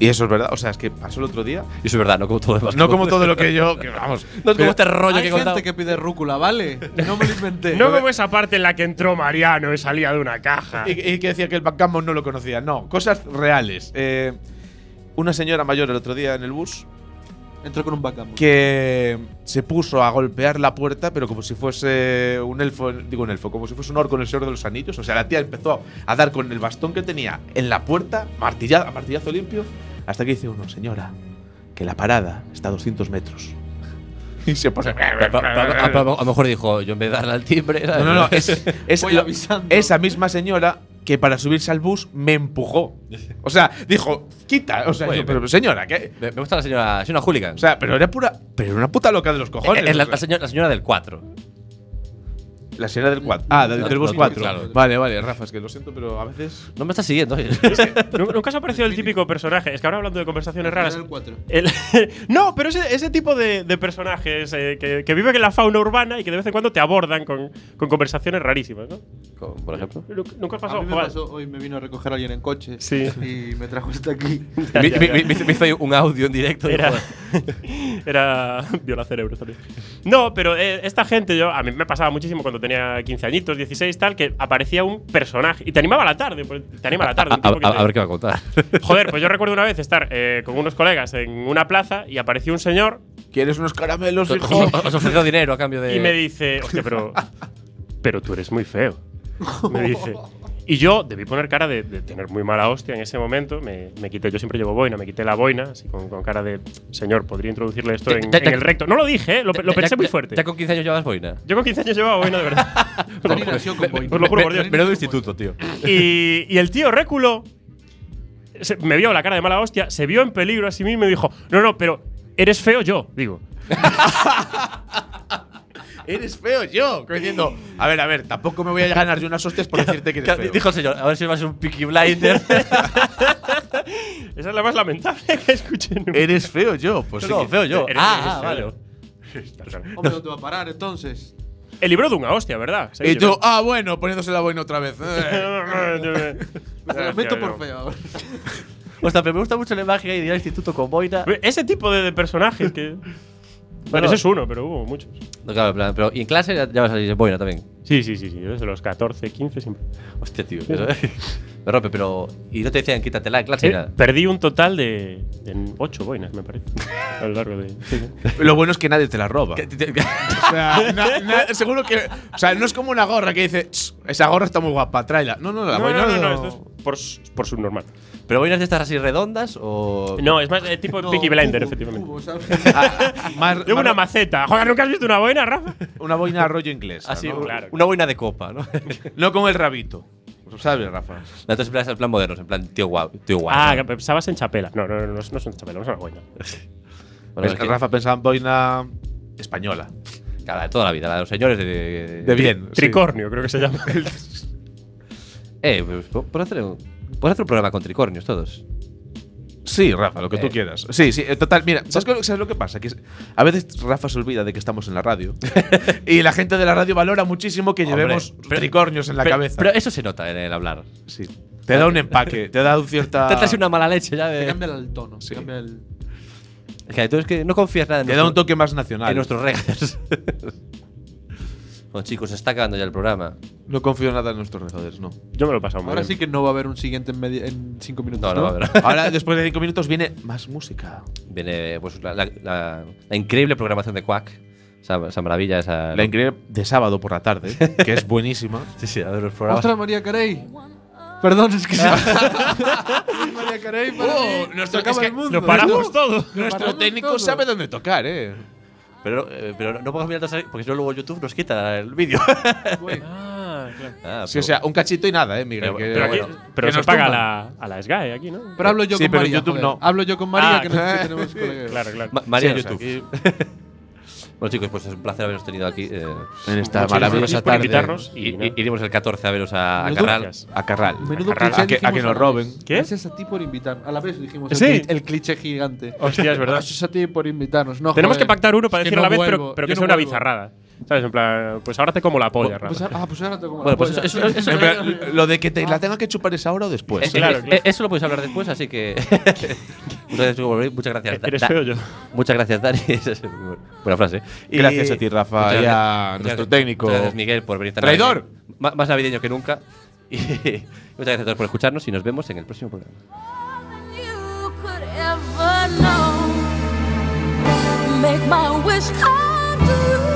Speaker 3: Y eso es verdad, o sea, es que pasó el otro día.
Speaker 2: Y eso es verdad, no como todo lo demás.
Speaker 3: No como todo lo que yo.
Speaker 2: [laughs]
Speaker 3: que vamos.
Speaker 2: No es como
Speaker 3: pero-
Speaker 2: este rollo
Speaker 5: Hay
Speaker 2: que he
Speaker 5: gente
Speaker 2: contado.
Speaker 5: que pide rúcula, ¿vale? No me lo inventé.
Speaker 4: No como esa parte en la que entró Mariano y salía de una caja.
Speaker 3: Y, y que decía que el backgammon no lo conocía. No, cosas reales. Eh, una señora mayor el otro día en el bus
Speaker 5: Entró con un backgammon.
Speaker 3: que se puso a golpear la puerta, pero como si fuese un elfo, digo un elfo, como si fuese un orco en el Señor de los Anillos. O sea, la tía empezó a dar con el bastón que tenía en la puerta, martillada, a martillazo limpio, hasta que dice uno, señora, que la parada está a 200 metros. [laughs] Y se puso…
Speaker 2: Pero- pero- pero- a, pero- a lo mejor dijo, yo en vez de darle al timbre. ¿sabes?
Speaker 3: No, no, [laughs] no, es, es
Speaker 5: Voy
Speaker 3: lo-
Speaker 5: avisando.
Speaker 3: esa misma señora que para subirse al bus me empujó. O sea, dijo, quita. O sea,
Speaker 2: Oye,
Speaker 3: yo, pero señora, ¿qué?
Speaker 2: [laughs] Me, me gusta la señora. Es una hooligan. Eh,
Speaker 3: O sea, pero era pura. Pero era una puta loca de los cojones.
Speaker 2: es la,
Speaker 3: o sea.
Speaker 2: la señora, la señora del 4.
Speaker 3: La señora del 4. Ah, del,
Speaker 2: No,
Speaker 3: del bus
Speaker 2: no,
Speaker 3: 4.
Speaker 2: claro.
Speaker 3: Vale, vale, Rafa, es que lo siento, pero a veces.
Speaker 2: No me estás siguiendo.
Speaker 3: [laughs]
Speaker 2: oye.
Speaker 4: Nu- Nunca se ha parecido el típico personaje. Es que ahora hablando de conversaciones raras.
Speaker 5: Era el cuatro.
Speaker 4: el- [laughs] no, pero ese, ese tipo de, de personajes eh, que, que viven en la fauna urbana y que de vez en cuando te abordan con, con conversaciones rarísimas, ¿no?
Speaker 2: Como, Por ejemplo.
Speaker 4: Nu- Nunca ha
Speaker 5: A
Speaker 4: pasado.
Speaker 5: mí me
Speaker 4: joder.
Speaker 5: pasó, hoy me vino a recoger alguien en coche
Speaker 4: Sí.
Speaker 5: y me trajo hasta aquí.
Speaker 2: [laughs]
Speaker 4: Ya,
Speaker 2: Me,
Speaker 4: ya,
Speaker 2: me-
Speaker 4: ya.
Speaker 2: me- me hizo- me hizo un audio en directo. y [laughs]
Speaker 4: Era,
Speaker 2: joder.
Speaker 4: era viola cerebros también. No, pero eh, esta gente, yo, a mí me pasaba muchísimo cuando tenía 15 añitos, 16, tal, que aparecía un personaje y te animaba a la tarde. pues, Te anima a la tarde. un
Speaker 2: A,
Speaker 4: tipo que
Speaker 2: a-
Speaker 4: te-
Speaker 2: a ver qué va a contar.
Speaker 4: Joder, pues [laughs] yo recuerdo una vez estar eh, con unos colegas en una plaza y apareció un señor
Speaker 3: ¿Quieres unos caramelos,
Speaker 2: Os-
Speaker 3: [laughs] hijo?
Speaker 2: [laughs] Os ofreció dinero a cambio de.
Speaker 4: y me dice, hostia, pero, Eh, [laughs] pero tú eres muy feo. Me [laughs] dice. Y yo debí poner cara de, de tener muy mala hostia en ese momento. Me, me quité, yo siempre llevo boina, me quité la boina, así con, con cara de, señor, podría introducirle esto
Speaker 2: Te-
Speaker 4: en,
Speaker 2: te-
Speaker 4: en
Speaker 2: te-
Speaker 4: el recto. No lo dije, eh, lo,
Speaker 2: Ya-
Speaker 4: lo
Speaker 2: ya-
Speaker 4: pensé muy
Speaker 2: ya-
Speaker 4: fuerte.
Speaker 2: Ya con 15 años llevas boina.
Speaker 4: Yo con 15 años llevaba boina, de verdad.
Speaker 2: [laughs]
Speaker 5: Dani nació con boina.
Speaker 4: os lo juro por
Speaker 5: [laughs]
Speaker 4: Dios.
Speaker 2: Me- Menudo instituto, tío.
Speaker 4: Y, y el tío Réculo se- me vio la cara de mala hostia, se vio en peligro a sí mismo y dijo, no, no, pero eres feo yo, digo.
Speaker 3: eres feo yo. Como diciendo, a ver, a ver, tampoco me voy a ganar yo unas hostias por decirte que eres feo.
Speaker 2: Dijo el señor, a ver si vas a ser un Peaky
Speaker 3: [laughs]
Speaker 2: Blinder. [laughs]
Speaker 4: Esa es la más lamentable [laughs] que escuché nunca.
Speaker 3: Eres feo yo. Pues sí
Speaker 2: no,
Speaker 3: que-
Speaker 2: feo yo.
Speaker 4: [laughs] Eres- eres
Speaker 2: Ah, ah,
Speaker 4: feo.
Speaker 2: vale.
Speaker 5: Hombre, no te va a parar entonces.
Speaker 4: El libro de una hostia, ¿verdad?
Speaker 3: Y yo, ah, bueno, poniéndose la boina otra vez.
Speaker 4: [laughs]
Speaker 3: Eh.
Speaker 5: Pues, Me lo meto por feo ahora.
Speaker 2: O sea, pero me gusta mucho la imagen de ir al instituto con boina.
Speaker 4: Ese tipo de, de personajes que. Bueno, ese es uno, pero hubo muchos.
Speaker 2: No, claro, en plan, pero y en clase ya, ya vas a salir en boina también.
Speaker 4: Sí, sí, sí, sí. Desde los 14, 15 siempre.
Speaker 2: Hostia, tío. eso, eh. [laughs] Me rompe, pero. Y no te decían quítatela en clase ni
Speaker 4: Eh,
Speaker 2: nada.
Speaker 4: perdí un total de, de 8 boinas, me parece. a lo largo de. sí, [laughs] sí.
Speaker 3: Lo bueno es que nadie te la roba.
Speaker 2: [laughs] Que- que- que-
Speaker 3: O sea, na- na- seguro que. O sea, no es como una gorra que dice, "Ch, esa gorra está muy guapa, tráela. No, no, la
Speaker 4: No,
Speaker 3: boina
Speaker 4: no, no, no, esto es por, s- por subnormal.
Speaker 2: ¿Pero boinas de estas así redondas o.?
Speaker 4: No, es más eh, tipo
Speaker 5: No,
Speaker 4: Peaky Blinder,
Speaker 5: cubo,
Speaker 4: efectivamente.
Speaker 5: cubo, ¿sabes?
Speaker 3: Ah, [laughs] más-
Speaker 4: Llevo una
Speaker 3: más-
Speaker 4: maceta. Joder, ¿nunca has visto una boina, Rafa?
Speaker 3: una boina rollo inglés.
Speaker 2: Así,
Speaker 3: ¿no?
Speaker 2: Ah, un-
Speaker 4: claro.
Speaker 2: una boina de copa,
Speaker 4: [laughs]
Speaker 2: ¿no? Entonces,
Speaker 3: No con el rabito. ¿Sabes, Rafa?
Speaker 2: en plan, es en plan modernos, en plan, tío guapo. Tío guapo.
Speaker 4: Ah, que pensabas en chapela. No, no, no, no son chapelas, no son boina.
Speaker 2: Bueno, es
Speaker 3: Es que
Speaker 2: que-
Speaker 3: Rafa pensaba en boina española.
Speaker 2: Claro, de toda la vida, la de los señores de. De,
Speaker 3: De bien. sí.
Speaker 4: Tricornio, creo que se llama.
Speaker 2: Eh, pues, po- por hacer un. Por hacer un programa con tricornios todos.
Speaker 3: Sí, Rafa, lo que tú
Speaker 2: Eh.
Speaker 3: quieras. Sí, sí, eh, total. Mira, ¿sabes, qué- sabes lo que pasa? Que es- a veces Rafa se olvida de que estamos en
Speaker 2: [laughs]
Speaker 3: la radio. y la gente de la radio valora muchísimo que
Speaker 2: Hombre,
Speaker 3: llevemos
Speaker 2: pero-
Speaker 3: tricornios en la
Speaker 2: pero,
Speaker 3: cabeza.
Speaker 2: pero eso se nota en el hablar.
Speaker 3: Sí. Te da un empaque, te da un cierta.
Speaker 2: Te traes una mala leche ya
Speaker 5: Te
Speaker 2: de.
Speaker 5: cambia el tono. te cambia el-
Speaker 2: Es que tú es que no confías nada en,
Speaker 3: Te da un
Speaker 2: nuestro-
Speaker 3: toque más nacional.
Speaker 2: en nuestros regaders. [laughs] bueno, chicos, se está acabando ya el programa.
Speaker 3: No confío nada en nuestros regadores, no.
Speaker 4: Yo me lo he pasado muy
Speaker 5: Ahora sí
Speaker 4: bien.
Speaker 5: que no va a haber un siguiente en, media- en cinco minutos.
Speaker 2: No,
Speaker 5: No,
Speaker 2: no, a ver.
Speaker 3: [laughs] Ahora, después de cinco minutos, viene más música.
Speaker 2: Viene pues, la, la- la- la increíble programación de Quack. Esa, esa maravilla, esa.
Speaker 3: La increíble de sábado por la tarde, que
Speaker 2: [laughs]
Speaker 3: es buenísima.
Speaker 2: Sí, sí, a ver los programas.
Speaker 5: ¡Ostras, María Carey! Perdón, es
Speaker 3: [laughs]
Speaker 5: que. María Carey, para mí, se acaba el mundo.
Speaker 4: Lo paramos todo.
Speaker 3: Nuestro
Speaker 5: Paramos
Speaker 3: técnico
Speaker 5: todo.
Speaker 3: sabe dónde tocar, eh.
Speaker 2: Pero, eh, pero no podemos mirar todas esas- porque si no, luego YouTube nos quita el
Speaker 3: [laughs]
Speaker 2: vídeo. [laughs]
Speaker 5: Güey,
Speaker 4: Ah, claro.
Speaker 2: Ah,
Speaker 3: Sí,
Speaker 2: pero-
Speaker 3: o sea, un cachito y nada, eh, Miguel.
Speaker 2: Pero-
Speaker 3: que-
Speaker 4: Pero, aquí,
Speaker 3: bueno.
Speaker 4: pero
Speaker 3: Que
Speaker 4: se
Speaker 3: nos
Speaker 4: paga
Speaker 3: tumban.
Speaker 4: la, a la SGAE aquí, ¿no?
Speaker 5: Pero hablo yo
Speaker 3: Sí,
Speaker 5: con
Speaker 3: pero en
Speaker 5: María.
Speaker 3: YouTube
Speaker 5: joder.
Speaker 3: no.
Speaker 5: Hablo yo con María,
Speaker 4: Ah,
Speaker 5: que no sé si
Speaker 4: [laughs]
Speaker 5: tenemos colegas.
Speaker 4: Claro, claro.
Speaker 2: Ma- María
Speaker 3: Sí, o sea,
Speaker 2: YouTube. bueno, chicos, pues es un placer haberos tenido aquí. eh,
Speaker 3: En esta
Speaker 4: Muchísimas
Speaker 3: maravillosa
Speaker 4: gracias por
Speaker 3: tarde.
Speaker 4: invitarnos.
Speaker 2: i-
Speaker 4: Y,
Speaker 2: i- iremos el 14 a veros a, a
Speaker 5: Menudo
Speaker 2: Carral.
Speaker 4: gracias.
Speaker 3: A Carral.
Speaker 5: Menudo
Speaker 3: a, Carral.
Speaker 5: cliché
Speaker 3: A que, a
Speaker 5: dijimos
Speaker 3: que nos
Speaker 5: a la
Speaker 3: roben.
Speaker 5: vez.
Speaker 4: ¿Qué?
Speaker 5: Gracias a ti por invitarnos. A la vez dijimos el
Speaker 4: Sí.
Speaker 5: cli- el cliché gigante.
Speaker 4: Hostia, es verdad.
Speaker 5: Gracias a ti por invitarnos. No,
Speaker 4: Tenemos
Speaker 5: joder.
Speaker 4: que pactar uno para
Speaker 5: eh. Es que
Speaker 4: decir
Speaker 5: no
Speaker 4: a la vez, pero,
Speaker 5: vuelvo.
Speaker 4: pero
Speaker 5: Yo
Speaker 4: que sea
Speaker 5: no
Speaker 4: una
Speaker 5: vuelvo.
Speaker 4: bizarrada. ¿Sabes? En plan, pues ahora te como la polla,
Speaker 5: Pues,
Speaker 4: Rafa.
Speaker 5: ah, pues ahora tengo
Speaker 2: Bueno, pues eso- eso- eso-
Speaker 3: En plan, Lo de que te la tenga que chupar es ahora o después.
Speaker 4: Eh, Claro,
Speaker 2: Eh,
Speaker 4: claro.
Speaker 2: Eso lo podéis hablar después, así
Speaker 3: [laughs]
Speaker 2: que. [laughs] muchas gracias por volver, muchas gracias.
Speaker 4: Eres
Speaker 2: Da-
Speaker 4: feo yo.
Speaker 2: Muchas gracias, Dani. [laughs] Esa es muy buena- buena frase. Y-
Speaker 3: Gracias a ti, Rafa,
Speaker 2: Muchas
Speaker 3: y
Speaker 2: gracias-
Speaker 3: a
Speaker 2: muchas
Speaker 3: nuestro
Speaker 2: gracias-
Speaker 3: técnico.
Speaker 2: muchas gracias, Miguel, por venir tan
Speaker 3: ¡Traidor!
Speaker 2: navideño. Ma- Más navideño que nunca. [laughs] Y muchas gracias a todos por escucharnos y nos vemos en el próximo programa.
Speaker 9: you could ever know. Make my wish come true.